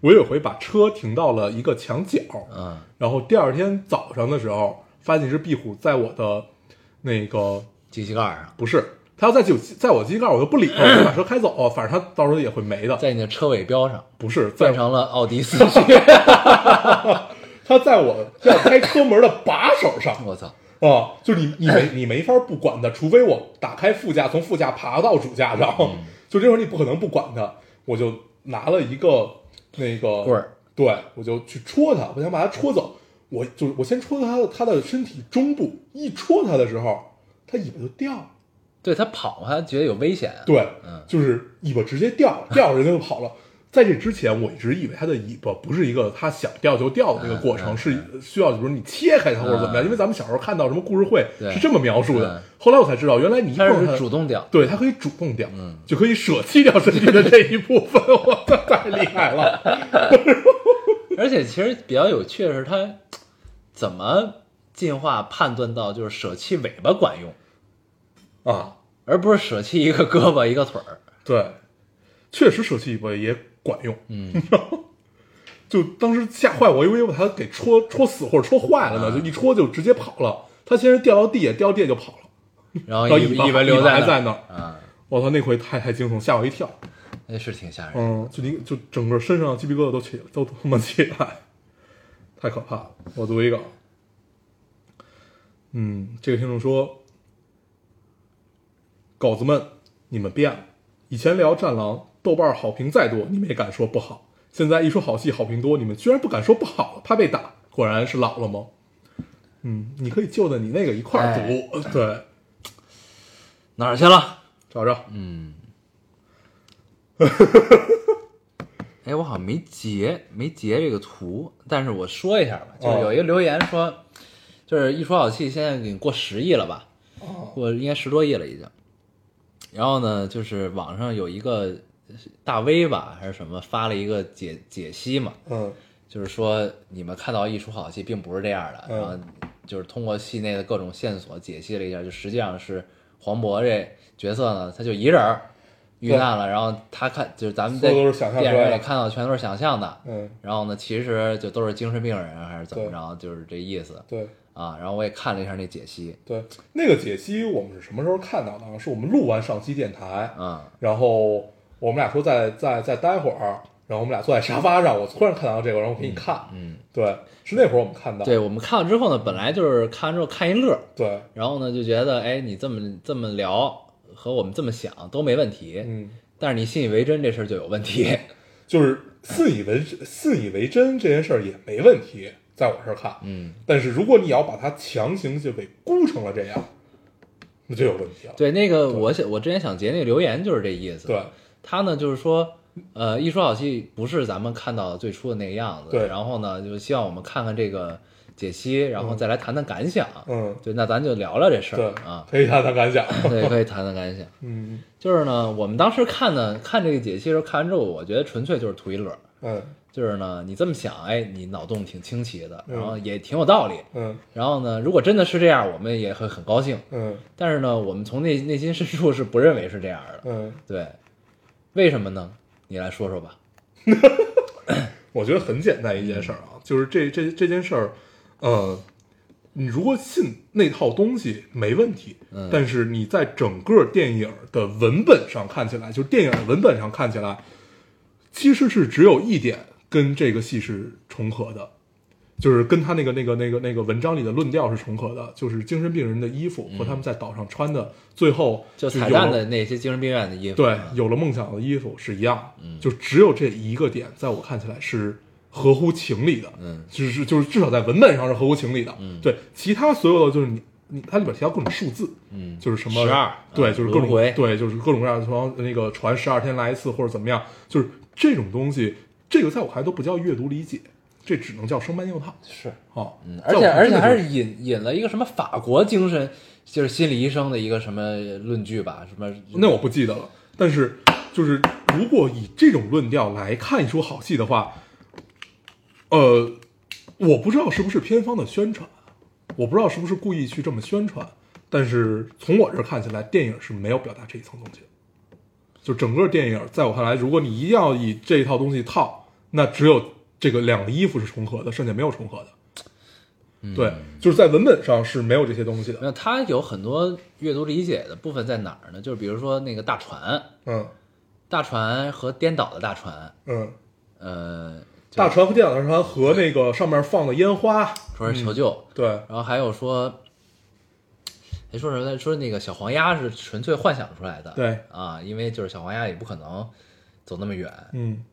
[SPEAKER 4] 我有回把车停到了一个墙角，
[SPEAKER 3] 嗯，
[SPEAKER 4] 然后第二天早上的时候，发现一只壁虎在我的那个
[SPEAKER 3] 机器盖儿啊，
[SPEAKER 4] 不是，它要在酒在我机盖，我就不理它，我就把车开走，反正它到时候也会没的，
[SPEAKER 3] 在你的车尾标上
[SPEAKER 4] 不是在
[SPEAKER 3] 变成了奥迪四 驱。
[SPEAKER 4] 它在我要开车门的把手上，
[SPEAKER 3] 我操！
[SPEAKER 4] 啊，就是你 你没你没法不管它，除非我打开副驾，从副驾爬到主驾上，
[SPEAKER 3] 嗯
[SPEAKER 4] 就这会儿你不可能不管它。我就拿了一个那个
[SPEAKER 3] 棍儿，
[SPEAKER 4] 对我就去戳它，我想把它戳走。我就是我先戳它的它的身体中部，一戳它的时候，它尾巴就掉了。
[SPEAKER 3] 对它跑，它觉得有危险。，
[SPEAKER 4] 对，
[SPEAKER 3] 嗯
[SPEAKER 4] 就是尾巴直接掉了，掉了人家就跑了。在这之前，我一直以为它的尾巴不是一个它想掉就掉的那个过程，是需要比如你切开它或者怎么样，
[SPEAKER 3] 嗯
[SPEAKER 4] 因为咱们小时候看到什么故事会
[SPEAKER 3] 对
[SPEAKER 4] 是这么描述的
[SPEAKER 3] 嗯。
[SPEAKER 4] 后来我才知道，原来你一
[SPEAKER 3] 它
[SPEAKER 4] 碰它
[SPEAKER 3] 是主，动嗯掉。
[SPEAKER 4] 对它可以主动掉，就可以舍弃掉身体的这一部分，我操，太厉害了！
[SPEAKER 3] 而且其实比较有趣的是，它怎么进化判断到就是舍弃尾巴管用，
[SPEAKER 4] 啊，
[SPEAKER 3] 而不是舍弃一个胳膊一个腿儿。
[SPEAKER 4] 对，确实舍弃尾巴也管用，嗯， 就当时吓坏我，因为我把它给戳戳死或者戳坏了呢，就一戳就直接跑了。它先是掉到地，掉到地就跑了，
[SPEAKER 3] 然后
[SPEAKER 4] 然后
[SPEAKER 3] 一
[SPEAKER 4] 尾
[SPEAKER 3] 一
[SPEAKER 4] 巴
[SPEAKER 3] 般留
[SPEAKER 4] 尾巴还
[SPEAKER 3] 那
[SPEAKER 4] 在
[SPEAKER 3] 儿
[SPEAKER 4] 那儿。
[SPEAKER 3] 啊，
[SPEAKER 4] 我操，那回太太惊悚，吓我一跳。
[SPEAKER 3] 那是挺吓人。
[SPEAKER 4] 嗯，就你就整个身上鸡皮疙瘩都起，都他妈起来，太可怕了。我读一个，啊嗯，这个听众说，狗子们，你们变了。以前聊《战狼》，豆瓣好评再多，你们也敢说不好。现在一说好戏好评多，你们居然不敢说不好了，怕被打。果然是老了吗？嗯，你可以就着你那个一块儿读， 对，
[SPEAKER 3] 哪儿去了？
[SPEAKER 4] 找找，
[SPEAKER 3] 哎，我好像没截，没截这个图，但是我说一下吧，就
[SPEAKER 4] 哦
[SPEAKER 3] 是有一个留言说，就是一出好戏现在已经过十亿了吧，
[SPEAKER 4] 哦
[SPEAKER 3] 过应该十多亿了已经。然后呢，就是网上有一个大 V 吧还是什么发了一个解解析嘛，
[SPEAKER 4] 嗯
[SPEAKER 3] 就是说你们看到一出好戏并不是这样的，
[SPEAKER 4] 嗯
[SPEAKER 3] 然后就是通过戏内的各种线索解析了一下，就实际上是黄渤这角色呢，他就一人儿遇难了，然后他看就是咱们在
[SPEAKER 4] 所有都是想象出来
[SPEAKER 3] 电
[SPEAKER 4] 的
[SPEAKER 3] 影里看到全都是想象的，
[SPEAKER 4] 嗯，
[SPEAKER 3] 然后呢，其实就都是精神病人啊还是怎么
[SPEAKER 4] 对
[SPEAKER 3] 着，就是这意思
[SPEAKER 4] 对。
[SPEAKER 3] 啊。然后我也看了一下那解析，
[SPEAKER 4] 对，那个解析我们是什么时候看到的啊？是我们录完上期电台，
[SPEAKER 3] 嗯，
[SPEAKER 4] 然后我们俩说再再再待会儿，然后我们俩坐在沙发上，我突然看到这个，然后我给你看，嗯，对，是那会儿我们看到，
[SPEAKER 3] 对我们看了之后呢，本来就是看完之后看一乐儿，
[SPEAKER 4] 对，
[SPEAKER 3] 然后呢就觉得哎，你这么这么聊和我们这么想都没问题，
[SPEAKER 4] 嗯，
[SPEAKER 3] 但是你信以为真这事儿就有问题。
[SPEAKER 4] 就是信以为信以为真这件事儿也没问题，在我这儿看，
[SPEAKER 3] 嗯，
[SPEAKER 4] 但是如果你要把它强行就给箍成了这样，那就有问题 了，
[SPEAKER 3] 对，那个我想我之前想截那个留言就是这意思。
[SPEAKER 4] 对，
[SPEAKER 3] 他呢就是说，呃，一说好戏不是咱们看到最初的那个样子，
[SPEAKER 4] 对
[SPEAKER 3] 然后呢，就希望我们看看这个解析，然后再来谈谈感想。
[SPEAKER 4] 嗯，
[SPEAKER 3] 对，那咱就聊聊这事
[SPEAKER 4] 对
[SPEAKER 3] 儿啊，
[SPEAKER 4] 可以谈谈感想。
[SPEAKER 3] 对，可以谈谈感想。
[SPEAKER 4] 嗯
[SPEAKER 3] 就是呢，我们当时看呢，看这个解析的时候，看完之后，我觉得纯粹就是图一乐。
[SPEAKER 4] 嗯
[SPEAKER 3] 就是呢，你这么想，哎，你脑洞挺清奇的，
[SPEAKER 4] 嗯
[SPEAKER 3] 然后也挺有道理。
[SPEAKER 4] 嗯
[SPEAKER 3] 然后呢，如果真的是这样，我们也会很高兴。
[SPEAKER 4] 嗯
[SPEAKER 3] 但是呢，我们从内内心深处是不认为是这样的。
[SPEAKER 4] 嗯，
[SPEAKER 3] 对，为什么呢？你来说说吧。
[SPEAKER 4] 我觉得很简单一件事儿啊，就是这这这件事儿，呃，你如果信那套东西没问题，
[SPEAKER 3] 嗯
[SPEAKER 4] 但是你在整个电影的文本上看起来，就是电影的文本上看起来，其实是只有一点跟这个戏是重合的，就是跟他那个那个那个那个文章里的论调是重合的，就是精神病人的衣服和他们在岛上穿的，最后
[SPEAKER 3] 嗯就
[SPEAKER 4] 有
[SPEAKER 3] 彩蛋的那些精神病院的衣啊服，
[SPEAKER 4] 对，有了梦想的衣服是一样，
[SPEAKER 3] 嗯
[SPEAKER 4] 就只有这一个点，在我看起来是合乎情理的，
[SPEAKER 3] 嗯，
[SPEAKER 4] 就是就是至少在文本上是合乎情理的，
[SPEAKER 3] 嗯
[SPEAKER 4] 对，其他所有的就是你你它里边提到各种数字，
[SPEAKER 3] 嗯，
[SPEAKER 4] 就是什么
[SPEAKER 3] 12
[SPEAKER 4] 对，
[SPEAKER 3] 嗯
[SPEAKER 4] 就是各种
[SPEAKER 3] 轮回
[SPEAKER 4] 对，就是各种各样的说那个船十二天来一次或者怎么样，就是这种东西，这个在我看来都不叫阅读理解，这只能叫生搬硬套
[SPEAKER 3] 是，
[SPEAKER 4] 啊，
[SPEAKER 3] 嗯，
[SPEAKER 4] 在
[SPEAKER 3] 而且
[SPEAKER 4] 我看
[SPEAKER 3] 而且
[SPEAKER 4] 这
[SPEAKER 3] 还
[SPEAKER 4] 就是
[SPEAKER 3] 引引了一个什么法国精神，就是心理医生的一个什么论据吧，什么
[SPEAKER 4] 那我不记得了。但是就是如果以这种论调来看一出好戏的话，呃，我不知道是不是片方的宣传，我不知道是不是故意去这么宣传，但是从我这儿看起来，电影是没有表达这一层东西的。就整个电影，在我看来，如果你一定要以这一套东西套，那只有这个两个衣服是重合的，剩下没有重合的。对，就是在文本上是没有这些东西的。
[SPEAKER 3] 那他有很多阅读理解的部分在哪儿呢？就是比如说那个大船，
[SPEAKER 4] 嗯
[SPEAKER 3] 大船和颠倒的大船，
[SPEAKER 4] 嗯。
[SPEAKER 3] 呃，就
[SPEAKER 4] 大船和电脑大船和那个上面放的烟花，
[SPEAKER 3] 说是求救，
[SPEAKER 4] 对，
[SPEAKER 3] 然后还有说，谁说什么来？说那个小黄鸭是纯粹幻想出来的，
[SPEAKER 4] 对
[SPEAKER 3] 啊，因为就是小黄鸭也不可能走那么远。
[SPEAKER 4] 嗯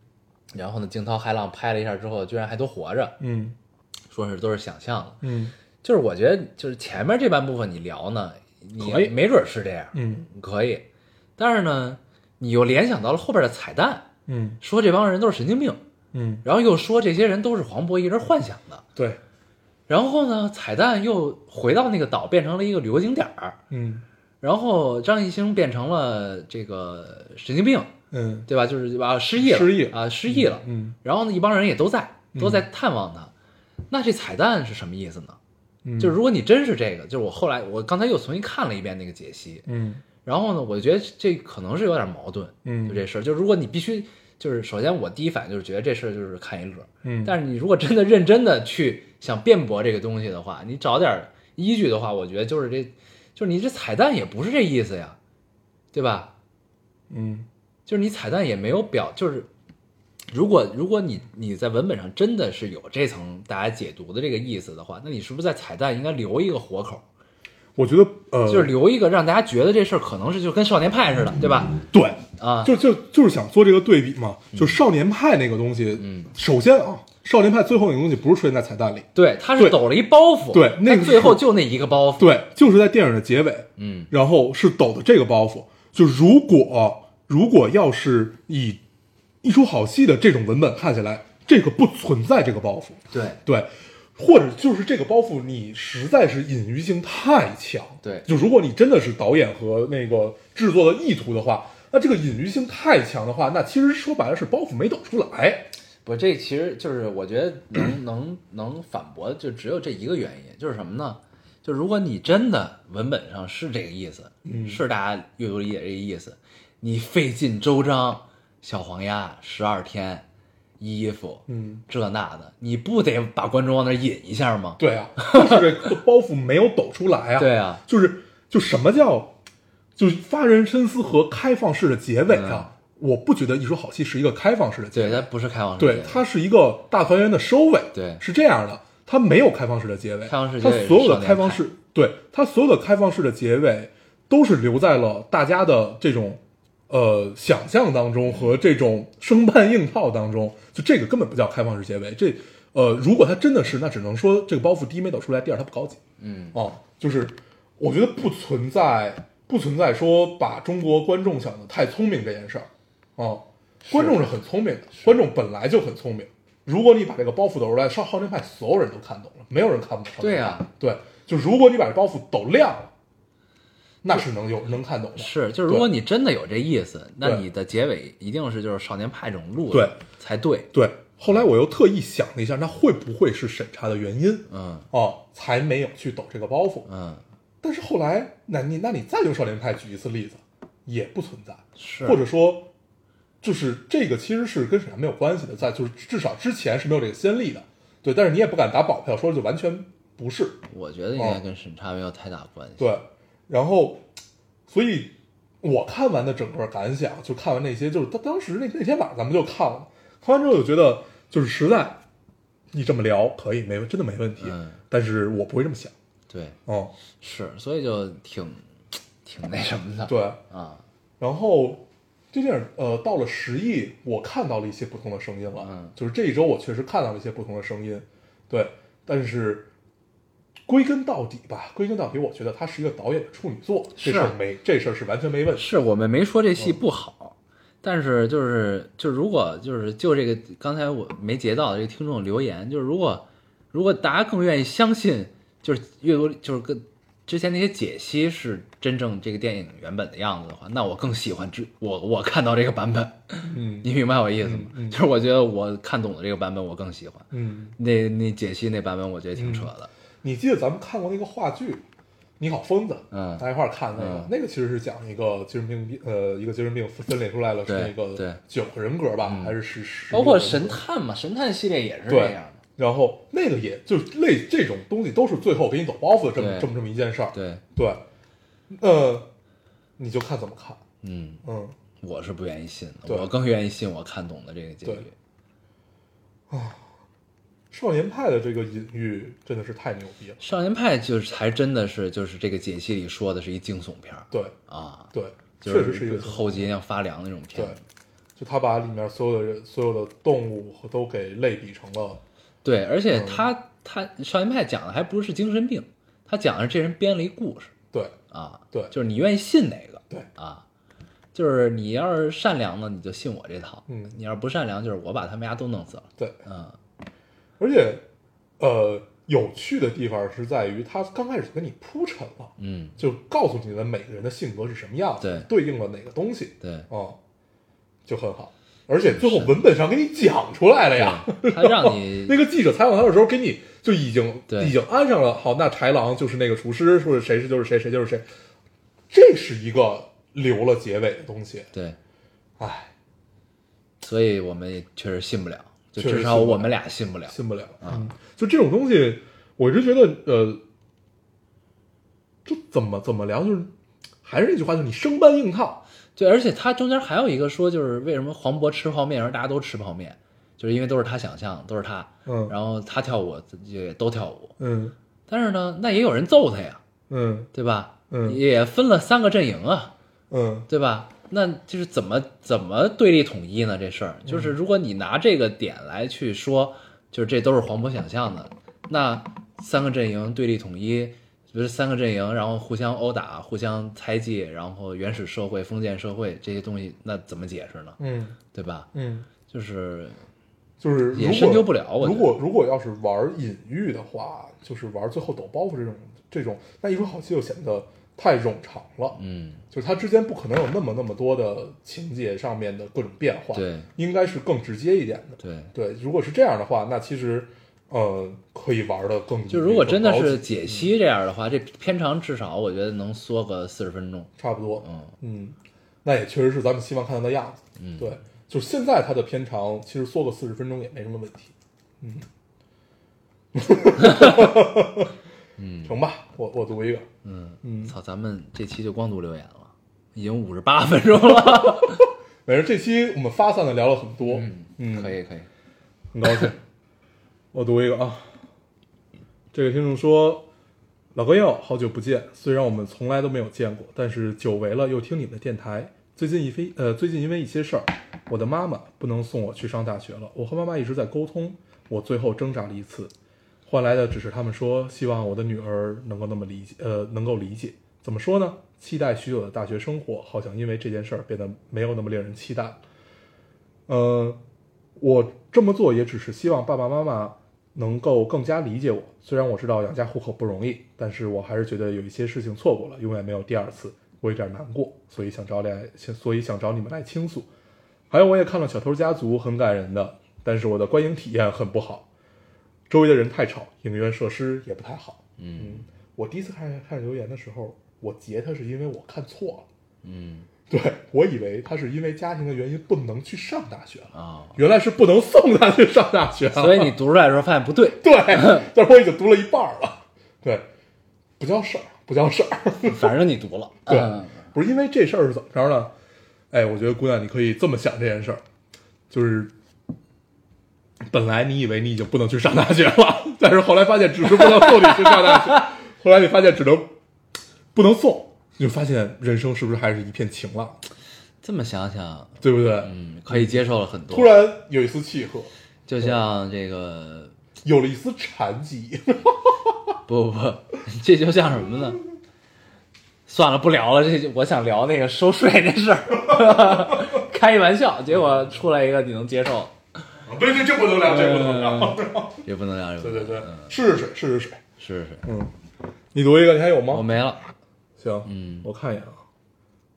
[SPEAKER 3] 然后呢，惊涛骇浪拍了一下之后，居然还都活着，
[SPEAKER 4] 嗯
[SPEAKER 3] 说是都是想象的。
[SPEAKER 4] 嗯
[SPEAKER 3] 就是我觉得，就是前面这半部分你聊呢，你
[SPEAKER 4] 可以
[SPEAKER 3] 没准是这样，
[SPEAKER 4] 嗯
[SPEAKER 3] 可以。但是呢，你又联想到了后边的彩蛋，
[SPEAKER 4] 嗯
[SPEAKER 3] 说这帮人都是神经病，
[SPEAKER 4] 嗯，
[SPEAKER 3] 然后又说这些人都是黄渤一人幻想的。
[SPEAKER 4] 对，
[SPEAKER 3] 然后呢，彩蛋又回到那个岛，变成了一个旅游景点儿。
[SPEAKER 4] 嗯
[SPEAKER 3] 然后张艺兴变成了这个神经病，
[SPEAKER 4] 嗯
[SPEAKER 3] 对吧？就是啊，失忆了，
[SPEAKER 4] 失忆
[SPEAKER 3] 啊，失忆了。
[SPEAKER 4] 嗯
[SPEAKER 3] 然后呢，一帮人也都在，都在探望他。那这彩蛋是什么意思呢？
[SPEAKER 4] 嗯，
[SPEAKER 3] 就是如果你真是这个，就是我后来我刚才又重新看了一遍那个解析，
[SPEAKER 4] 嗯
[SPEAKER 3] 然后呢，我觉得这可能是有点矛盾，
[SPEAKER 4] 嗯
[SPEAKER 3] 就这事儿。就是如果你必须，就是首先我第一反应就是觉得这事儿就是看一乐，
[SPEAKER 4] 嗯，
[SPEAKER 3] 但是你如果真的认真的去想辩驳这个东西的话，你找点依据的话，我觉得就是这，就是你这彩蛋也不是这意思呀，对吧？
[SPEAKER 4] 嗯
[SPEAKER 3] 就是你彩蛋也没有表，就是如果如果你你在文本上真的是有这层大家解读的这个意思的话，那你是不是在彩蛋应该留一个活口，
[SPEAKER 4] 我觉得呃，
[SPEAKER 3] 就是留一个让大家觉得这事儿可能是就跟少年派
[SPEAKER 4] 嗯
[SPEAKER 3] 似的，对吧？
[SPEAKER 4] 对，
[SPEAKER 3] 啊，
[SPEAKER 4] 就就就是想做这个对比嘛，就少年派那个东西，
[SPEAKER 3] 嗯，
[SPEAKER 4] 首先啊，少年派最后那个东西不是出现在彩蛋里，
[SPEAKER 3] 对，他是
[SPEAKER 4] 对
[SPEAKER 3] 抖了一包袱，
[SPEAKER 4] 对那个
[SPEAKER 3] 他最
[SPEAKER 4] 是
[SPEAKER 3] 后就那一个包袱，
[SPEAKER 4] 对，就是在电影的结尾，
[SPEAKER 3] 嗯
[SPEAKER 4] 然后是抖的这个包袱。就如果如果要是以一出好戏的这种文本看起来，这个不存在这个包袱，
[SPEAKER 3] 对，
[SPEAKER 4] 对，或者就是这个包袱，你实在是隐喻性太强。
[SPEAKER 3] 对
[SPEAKER 4] 就如果你真的是导演和那个制作的意图的话，那这个隐喻性太强的话，那其实说白了是包袱没抖出来。
[SPEAKER 3] 不，这其实就是我觉得 能能能反驳的就只有这一个原因，就是什么呢？就如果你真的文本上是这个意思，
[SPEAKER 4] 嗯
[SPEAKER 3] 是大家阅读理解这个意思，你费尽周章，小黄鸭十二天，衣服，
[SPEAKER 4] 嗯，
[SPEAKER 3] 这那的，你不得把观众往那儿引一下吗？
[SPEAKER 4] 对啊，就是这个包袱没有抖出来 啊。
[SPEAKER 3] 对啊，
[SPEAKER 4] 就是就什么叫就是发人深思和开放式的结尾啊？我不觉得一出好戏是一个开放式的结尾
[SPEAKER 3] 嗯对，，它不是开放式
[SPEAKER 4] 对，
[SPEAKER 3] 结
[SPEAKER 4] 它是一个大团圆的收尾。
[SPEAKER 3] 对
[SPEAKER 4] 是这样的，它没有开放式的结尾，
[SPEAKER 3] 开放式结
[SPEAKER 4] 它
[SPEAKER 3] 尾是
[SPEAKER 4] 所有
[SPEAKER 3] 少
[SPEAKER 4] 的
[SPEAKER 3] 年
[SPEAKER 4] 开放
[SPEAKER 3] 派
[SPEAKER 4] 式，对它所有的开放式的结尾都是留在了大家的这种呃想象当中和这种生搬硬套当中，就这个根本不叫开放式结尾。这呃，如果它真的是，那只能说这个包袱第一没抖出来，第二它不高级。
[SPEAKER 3] 嗯，
[SPEAKER 4] 哦，就是我觉得不存在不存在说把中国观众啊想的太聪明这件事儿，哦，观众是很聪明的，观众本来就很聪明，如果你把这个包袱抖出来，少少年派所有人都看懂了，没有人看不懂。
[SPEAKER 3] 对啊呀
[SPEAKER 4] 对，就如果你把这包袱抖亮了，那是能有能看懂的。
[SPEAKER 3] 是，就是如果
[SPEAKER 4] 对
[SPEAKER 3] 你真的有这意思，那
[SPEAKER 4] 对
[SPEAKER 3] 你的结尾一定是就是少年派这种路子
[SPEAKER 4] 对
[SPEAKER 3] 才对。
[SPEAKER 4] 对，后来我又特意想了一下，那会不会是审查的原因？
[SPEAKER 3] 嗯
[SPEAKER 4] 哦，才没有去抖这个包袱。
[SPEAKER 3] 嗯，
[SPEAKER 4] 但是后来，那你那你再用少年派举一次例子，也不存在，
[SPEAKER 3] 是
[SPEAKER 4] 或者说，就是这个其实是跟审查没有关系的，在就是至少之前是没有这个先例的，对。但是你也不敢打保票说就完全不是，
[SPEAKER 3] 我觉得应该
[SPEAKER 4] 哦
[SPEAKER 3] 跟审查没有太大关系。
[SPEAKER 4] 对。然后，所以我看完的整个感想，就看完那些，就是当当时那那天晚上咱们就看了，看完之后就觉得就是实在，你这么聊可以没问真的没问题，
[SPEAKER 3] 嗯
[SPEAKER 4] 但是我不会这么想，
[SPEAKER 3] 对，
[SPEAKER 4] 哦、
[SPEAKER 3] 是，所以就挺挺那什么的。
[SPEAKER 4] 对。
[SPEAKER 3] 啊，
[SPEAKER 4] 然后这电影呃到了十亿，我看到了一些不同的声音了，
[SPEAKER 3] 嗯
[SPEAKER 4] 就是这一周我确实看到了一些不同的声音，对，但是归根到底吧，归根到底，我觉得它是一个导演的处女作，
[SPEAKER 3] 是
[SPEAKER 4] 这事儿没这事儿是完全没问题，
[SPEAKER 3] 是我们没说这戏不好，但是就是就如果就是就这个刚才我没截到的这个听众留言，就是如果如果大家更愿意相信，就是阅读就是跟之前那些解析是真正这个电影原本的样子的话，那我更喜欢之我我看到这个版本，
[SPEAKER 4] 嗯
[SPEAKER 3] 你明白我意思吗？
[SPEAKER 4] 嗯嗯
[SPEAKER 3] 就是我觉得我看懂的这个版本我更喜欢，
[SPEAKER 4] 嗯，
[SPEAKER 3] 那那解析那版本我觉得挺扯的，
[SPEAKER 4] 你记得咱们看过那个话剧《你好，疯子》？
[SPEAKER 3] 嗯
[SPEAKER 4] 大家一块儿看那个，
[SPEAKER 3] 嗯
[SPEAKER 4] 那个其实是讲一个精神病病，呃，一个精神病分裂出来了是
[SPEAKER 3] 对
[SPEAKER 4] 那个
[SPEAKER 3] 对嗯
[SPEAKER 4] 九个人格吧，还是十十？
[SPEAKER 5] 包括
[SPEAKER 4] 11个人格
[SPEAKER 5] 神探嘛，神探系列也是这
[SPEAKER 4] 对
[SPEAKER 5] 样的。
[SPEAKER 4] 然后那个也就类这种东西都是最后给你抖包袱的这么
[SPEAKER 3] 对
[SPEAKER 4] 这么这么一件事儿，
[SPEAKER 3] 对，
[SPEAKER 4] 对，呃，你就看怎么看，
[SPEAKER 3] 嗯，
[SPEAKER 4] 嗯，
[SPEAKER 3] 我是不愿意信的，
[SPEAKER 4] 对
[SPEAKER 3] 我更愿意信我看懂的这个结
[SPEAKER 4] 对
[SPEAKER 3] 局。
[SPEAKER 4] 少年派的这个隐喻真的是太牛逼了，
[SPEAKER 3] 少年派就是才真的是就是这个解析里说的是一惊悚片儿
[SPEAKER 4] 对
[SPEAKER 3] 啊，
[SPEAKER 4] 对，
[SPEAKER 3] 就
[SPEAKER 4] 确实是一个
[SPEAKER 3] 后脊梁发凉那种片
[SPEAKER 4] 对
[SPEAKER 3] 子。，
[SPEAKER 4] 就他把里面所有的人所有的动物都给类比成了，
[SPEAKER 3] 对，而
[SPEAKER 4] 嗯
[SPEAKER 3] 且他他少年派讲的还不是精神病，他讲的是这人编了一故事
[SPEAKER 4] 对
[SPEAKER 3] 啊，
[SPEAKER 4] 对
[SPEAKER 3] 就是你愿意信哪个
[SPEAKER 4] 对
[SPEAKER 3] 啊，就是你要是善良的你就信我这套，
[SPEAKER 4] 嗯
[SPEAKER 3] 你要是不善良就是我把他们家都弄死了，
[SPEAKER 4] 对，
[SPEAKER 3] 嗯，
[SPEAKER 4] 而且呃有趣的地方是在于他刚开始就给你铺陈了，
[SPEAKER 3] 嗯，
[SPEAKER 4] 就告诉你的每个人的性格是什么样子，对应了哪个东西，
[SPEAKER 3] 对。
[SPEAKER 4] 哦，就很好。而且最后文本上给你讲出来了呀，
[SPEAKER 3] 对他让你
[SPEAKER 4] 那个记者采访他的时候，给你就已经
[SPEAKER 3] 对
[SPEAKER 4] 已经安上了。好，那豺狼就是那个厨师，或者谁是就是谁，谁就是谁，这是一个留了结尾的东西。
[SPEAKER 3] 对，
[SPEAKER 4] 唉，
[SPEAKER 3] 所以我们也确实信不了，就
[SPEAKER 4] 确实
[SPEAKER 3] 至
[SPEAKER 4] 信
[SPEAKER 3] 少
[SPEAKER 4] 不了
[SPEAKER 3] 我们俩信不了。
[SPEAKER 4] 信不了啊！就这种东西，我一直觉得，呃，就怎么怎么聊，就是还是那句话，就是你生搬硬套。
[SPEAKER 3] 对，而且他中间还有一个说，就是为什么黄渤吃泡面，而大家都吃泡面，就是因为都是他想象，都是他，
[SPEAKER 4] 嗯
[SPEAKER 3] 然后他跳舞也都跳舞，
[SPEAKER 4] 嗯
[SPEAKER 3] 但是呢，那也有人揍他呀，
[SPEAKER 4] 嗯
[SPEAKER 3] 对吧？
[SPEAKER 4] 嗯
[SPEAKER 3] 也分了三个阵营啊，
[SPEAKER 4] 嗯，
[SPEAKER 3] 对吧？那就是怎么怎么对立统一呢？这事儿就是，如果你拿这个点来去说，就是这都是黄渤想象的，那三个阵营对立统一，不是三个阵营，然后互相殴打、互相猜忌，然后原始社会、封建社会这些东西，那怎么解释呢？
[SPEAKER 4] 嗯
[SPEAKER 3] 对吧？
[SPEAKER 4] 嗯。
[SPEAKER 3] 就是
[SPEAKER 4] 就是如
[SPEAKER 3] 也
[SPEAKER 4] 果
[SPEAKER 3] 深究不了我觉得
[SPEAKER 4] 如果如果要是玩隐喻的话，就是玩最后抖包袱这种这种，那一出好戏就显得太冗长了。
[SPEAKER 3] 嗯，
[SPEAKER 4] 就是它之间不可能有那么那么多的情节上面的各种变化，
[SPEAKER 3] 对，
[SPEAKER 4] 应该是更直接一点的。
[SPEAKER 3] 对，
[SPEAKER 4] 对，如果是这样的话，那其实呃可以玩的更
[SPEAKER 3] 就如果真的
[SPEAKER 4] 更
[SPEAKER 3] 是
[SPEAKER 4] 高级
[SPEAKER 3] 解析这样的话，这片长至少我觉得能缩个四十分钟。
[SPEAKER 4] 差不多，
[SPEAKER 3] 嗯
[SPEAKER 4] 嗯，那也确实是咱们希望看到的样子。
[SPEAKER 3] 嗯，
[SPEAKER 4] 对，就是现在它的片长其实缩个四十分钟也没什么问题。 嗯， 成吧，我我读一个，
[SPEAKER 3] 操，咱们这期就光读留言了，已经五十八分钟了。
[SPEAKER 4] 没事，这期我们发散的聊了很多，嗯，
[SPEAKER 3] 可以可以，
[SPEAKER 4] 很高兴。我读一个啊，这个听众说：“老哥友，好久不见。虽然我们从来都没有见过，但是久违了，又听你们的电台。最近一非呃，最近因为一些事儿，我的妈妈不能送我去上大学了。我和妈妈一直在沟通，我最后挣扎了一次，换来的只是他们说希望我的女儿能够那么理解，呃，能够理解。怎么说呢？期待许久的大学生活，好像因为这件事儿变得没有那么令人期待了。呃，我这么做也只是希望爸爸妈妈能够更加理解我。虽然我知道养家糊口不容易，但是我还是觉得有一些事情错过了，永远没有第二次，我有点难过，所以想找来，所以想找你们来倾诉。还有，我也看了《小偷家族》，很感人的，但是我的观影体验很不好，周围的人太吵，影院设施也不太好。
[SPEAKER 3] 嗯
[SPEAKER 4] 嗯，我第一次看看留言的时候，我截他是因为我看错了，
[SPEAKER 3] 嗯
[SPEAKER 4] 对我以为他是因为家庭的原因不能去上大学了。
[SPEAKER 3] 啊，
[SPEAKER 4] 原来是不能送他去上大学、啊，，
[SPEAKER 3] 所以你读出来的时候发现不对
[SPEAKER 4] 对，但是我已经读了一半儿了，对，不叫事儿，不叫事儿，
[SPEAKER 3] 反正你读了，
[SPEAKER 4] 对
[SPEAKER 3] 嗯
[SPEAKER 4] 不是因为这事儿是怎么着呢？哎，我觉得姑娘，你可以这么想这件事儿，就是本来你以为你已经不能去上大学了， 但是后来发现只是不能送你去上大 学，后来你发现只能不能送，你就发现人生是不是还是一片晴朗，
[SPEAKER 3] 这么想想，
[SPEAKER 4] 对不对？
[SPEAKER 3] 嗯，可以接受了很多。
[SPEAKER 4] 突，然有一丝契合，
[SPEAKER 3] 就像这个
[SPEAKER 4] 有了一丝禅机，
[SPEAKER 3] 不不不，这就像什么呢？算了，不聊了。这就我想聊那个收税这事儿， 开一玩笑，结果出来一个你能接受，
[SPEAKER 4] 对对，啊这不能聊，这不能聊。
[SPEAKER 3] 也不能聊这个。
[SPEAKER 4] 对对对
[SPEAKER 3] 嗯，
[SPEAKER 4] 试试水，试试水。
[SPEAKER 3] 是是，
[SPEAKER 4] 嗯，你读一个，你还有
[SPEAKER 3] 我
[SPEAKER 4] 吗？
[SPEAKER 3] 没了。
[SPEAKER 4] 行，
[SPEAKER 3] 嗯
[SPEAKER 4] 我看一眼啊，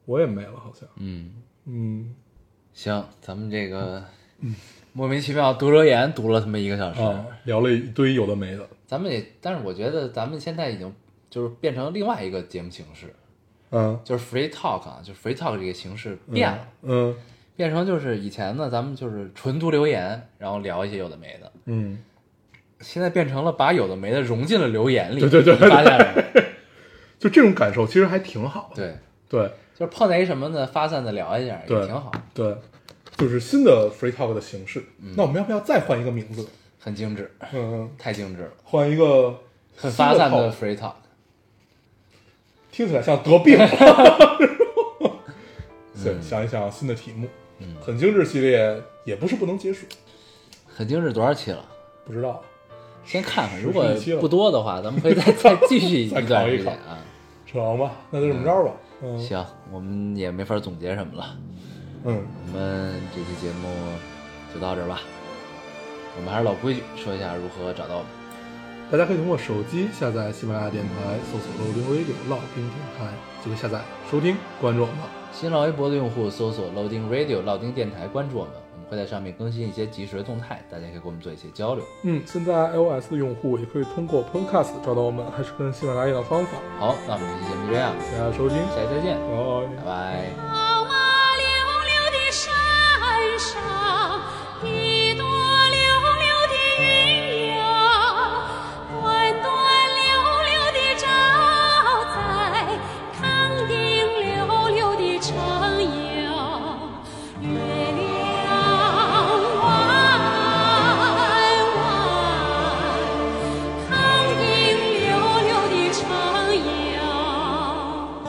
[SPEAKER 4] 我也没了，好像。
[SPEAKER 3] 嗯，
[SPEAKER 4] 嗯，
[SPEAKER 3] 行，咱们这个莫名其妙读留言读了他妈一个小时，
[SPEAKER 4] 啊，聊了一堆有的没的。
[SPEAKER 3] 咱们也，但是我觉得咱们现在已经就是变成另外一个节目形式，
[SPEAKER 4] 嗯
[SPEAKER 3] 就是 free talk 啊，就 free talk 这个形式变了。
[SPEAKER 4] 嗯
[SPEAKER 3] 变成就是以前呢，咱们就是纯读留言，然后聊一些有的没的。
[SPEAKER 4] 嗯，
[SPEAKER 3] 现在变成了把有的没的融进了留言里，
[SPEAKER 4] 对对对
[SPEAKER 3] 你发现了吗？
[SPEAKER 4] 就这种感受其实还挺好的。
[SPEAKER 3] 对，
[SPEAKER 4] 对
[SPEAKER 3] 就是碰见一什么呢，发散的聊一下也
[SPEAKER 4] 对
[SPEAKER 3] 挺好，
[SPEAKER 4] 对，就是新的 free talk 的形式。
[SPEAKER 3] 嗯
[SPEAKER 4] 那我们要不要再换一个名字？
[SPEAKER 3] 很精致，
[SPEAKER 4] 嗯，
[SPEAKER 3] 太精致了，
[SPEAKER 4] 换一个
[SPEAKER 3] 很发散
[SPEAKER 4] 新
[SPEAKER 3] 的
[SPEAKER 4] 的 talk，
[SPEAKER 3] free talk。
[SPEAKER 4] 听起来像得 病了。
[SPEAKER 3] 嗯
[SPEAKER 4] 对，想一想新的题目。嗯，很精致系列也不是不能结束，
[SPEAKER 3] 很精致多少期了？
[SPEAKER 4] 不知道。
[SPEAKER 3] 先看看，
[SPEAKER 4] 十
[SPEAKER 3] 如果
[SPEAKER 4] 十一期了
[SPEAKER 3] 不多的话，咱们可以再再继续一
[SPEAKER 4] 再
[SPEAKER 3] 段
[SPEAKER 4] 考一
[SPEAKER 3] 时间
[SPEAKER 4] 考
[SPEAKER 3] 啊。
[SPEAKER 4] 成吧，那就这么着吧。嗯
[SPEAKER 3] 行，我们也没法总结什么了，
[SPEAKER 4] 嗯，
[SPEAKER 3] 我们这期节目就到这儿吧。我们还是老规矩，说一下如何找到我们。
[SPEAKER 4] 大家可以通过手机下载喜马拉雅电台，搜索 “Loading Radio” 老兵电台，就可以下载收听，关注我们。
[SPEAKER 3] 新浪微博的用户搜索 Loading Radio 老丁电台，关注我们，我们会在上面更新一些即时的动态，大家可以跟我们做一些交流。
[SPEAKER 4] 嗯，现在 iOS 的用户也可以通过 Podcast 找到我们，还是跟喜马拉雅的方法。
[SPEAKER 3] 好，那我们这期节目就这样，
[SPEAKER 4] 大家收听，
[SPEAKER 3] 下期再见，拜。
[SPEAKER 4] 拜
[SPEAKER 3] 拜。
[SPEAKER 6] 高啊，溜溜的山上，一朵溜溜的云呀，端端溜溜地照在康定溜溜的城哟。月亮弯弯，康定溜溜的城哟。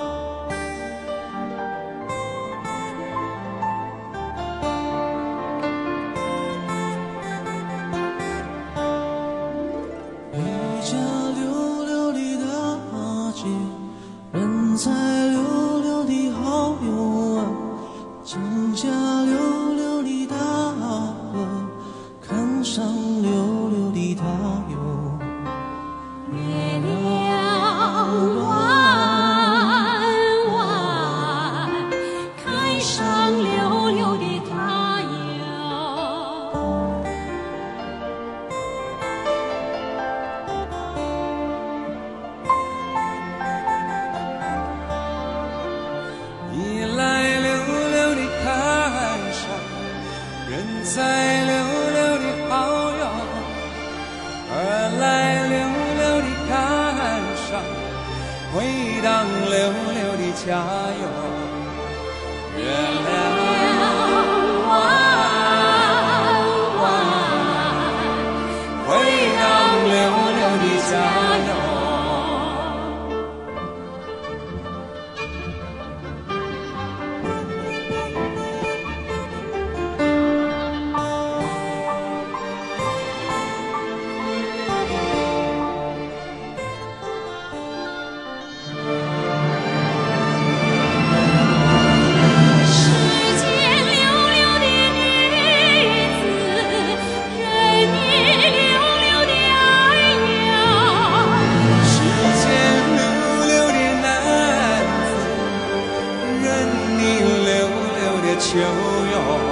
[SPEAKER 7] 一家溜溜里的马街，人才溜溜的好友啊，成家溜溜的大河，看上溜溜的他哟。
[SPEAKER 6] 月亮弯弯，看上溜溜的它哟。
[SPEAKER 7] 一来溜溜的看上，人在溜溜的好友；二来溜溜的看上，回荡溜溜的家哟。月亮
[SPEAKER 6] 月亮弯弯，
[SPEAKER 7] 回荡溜溜的家
[SPEAKER 6] 哟。
[SPEAKER 7] 哟。一悠。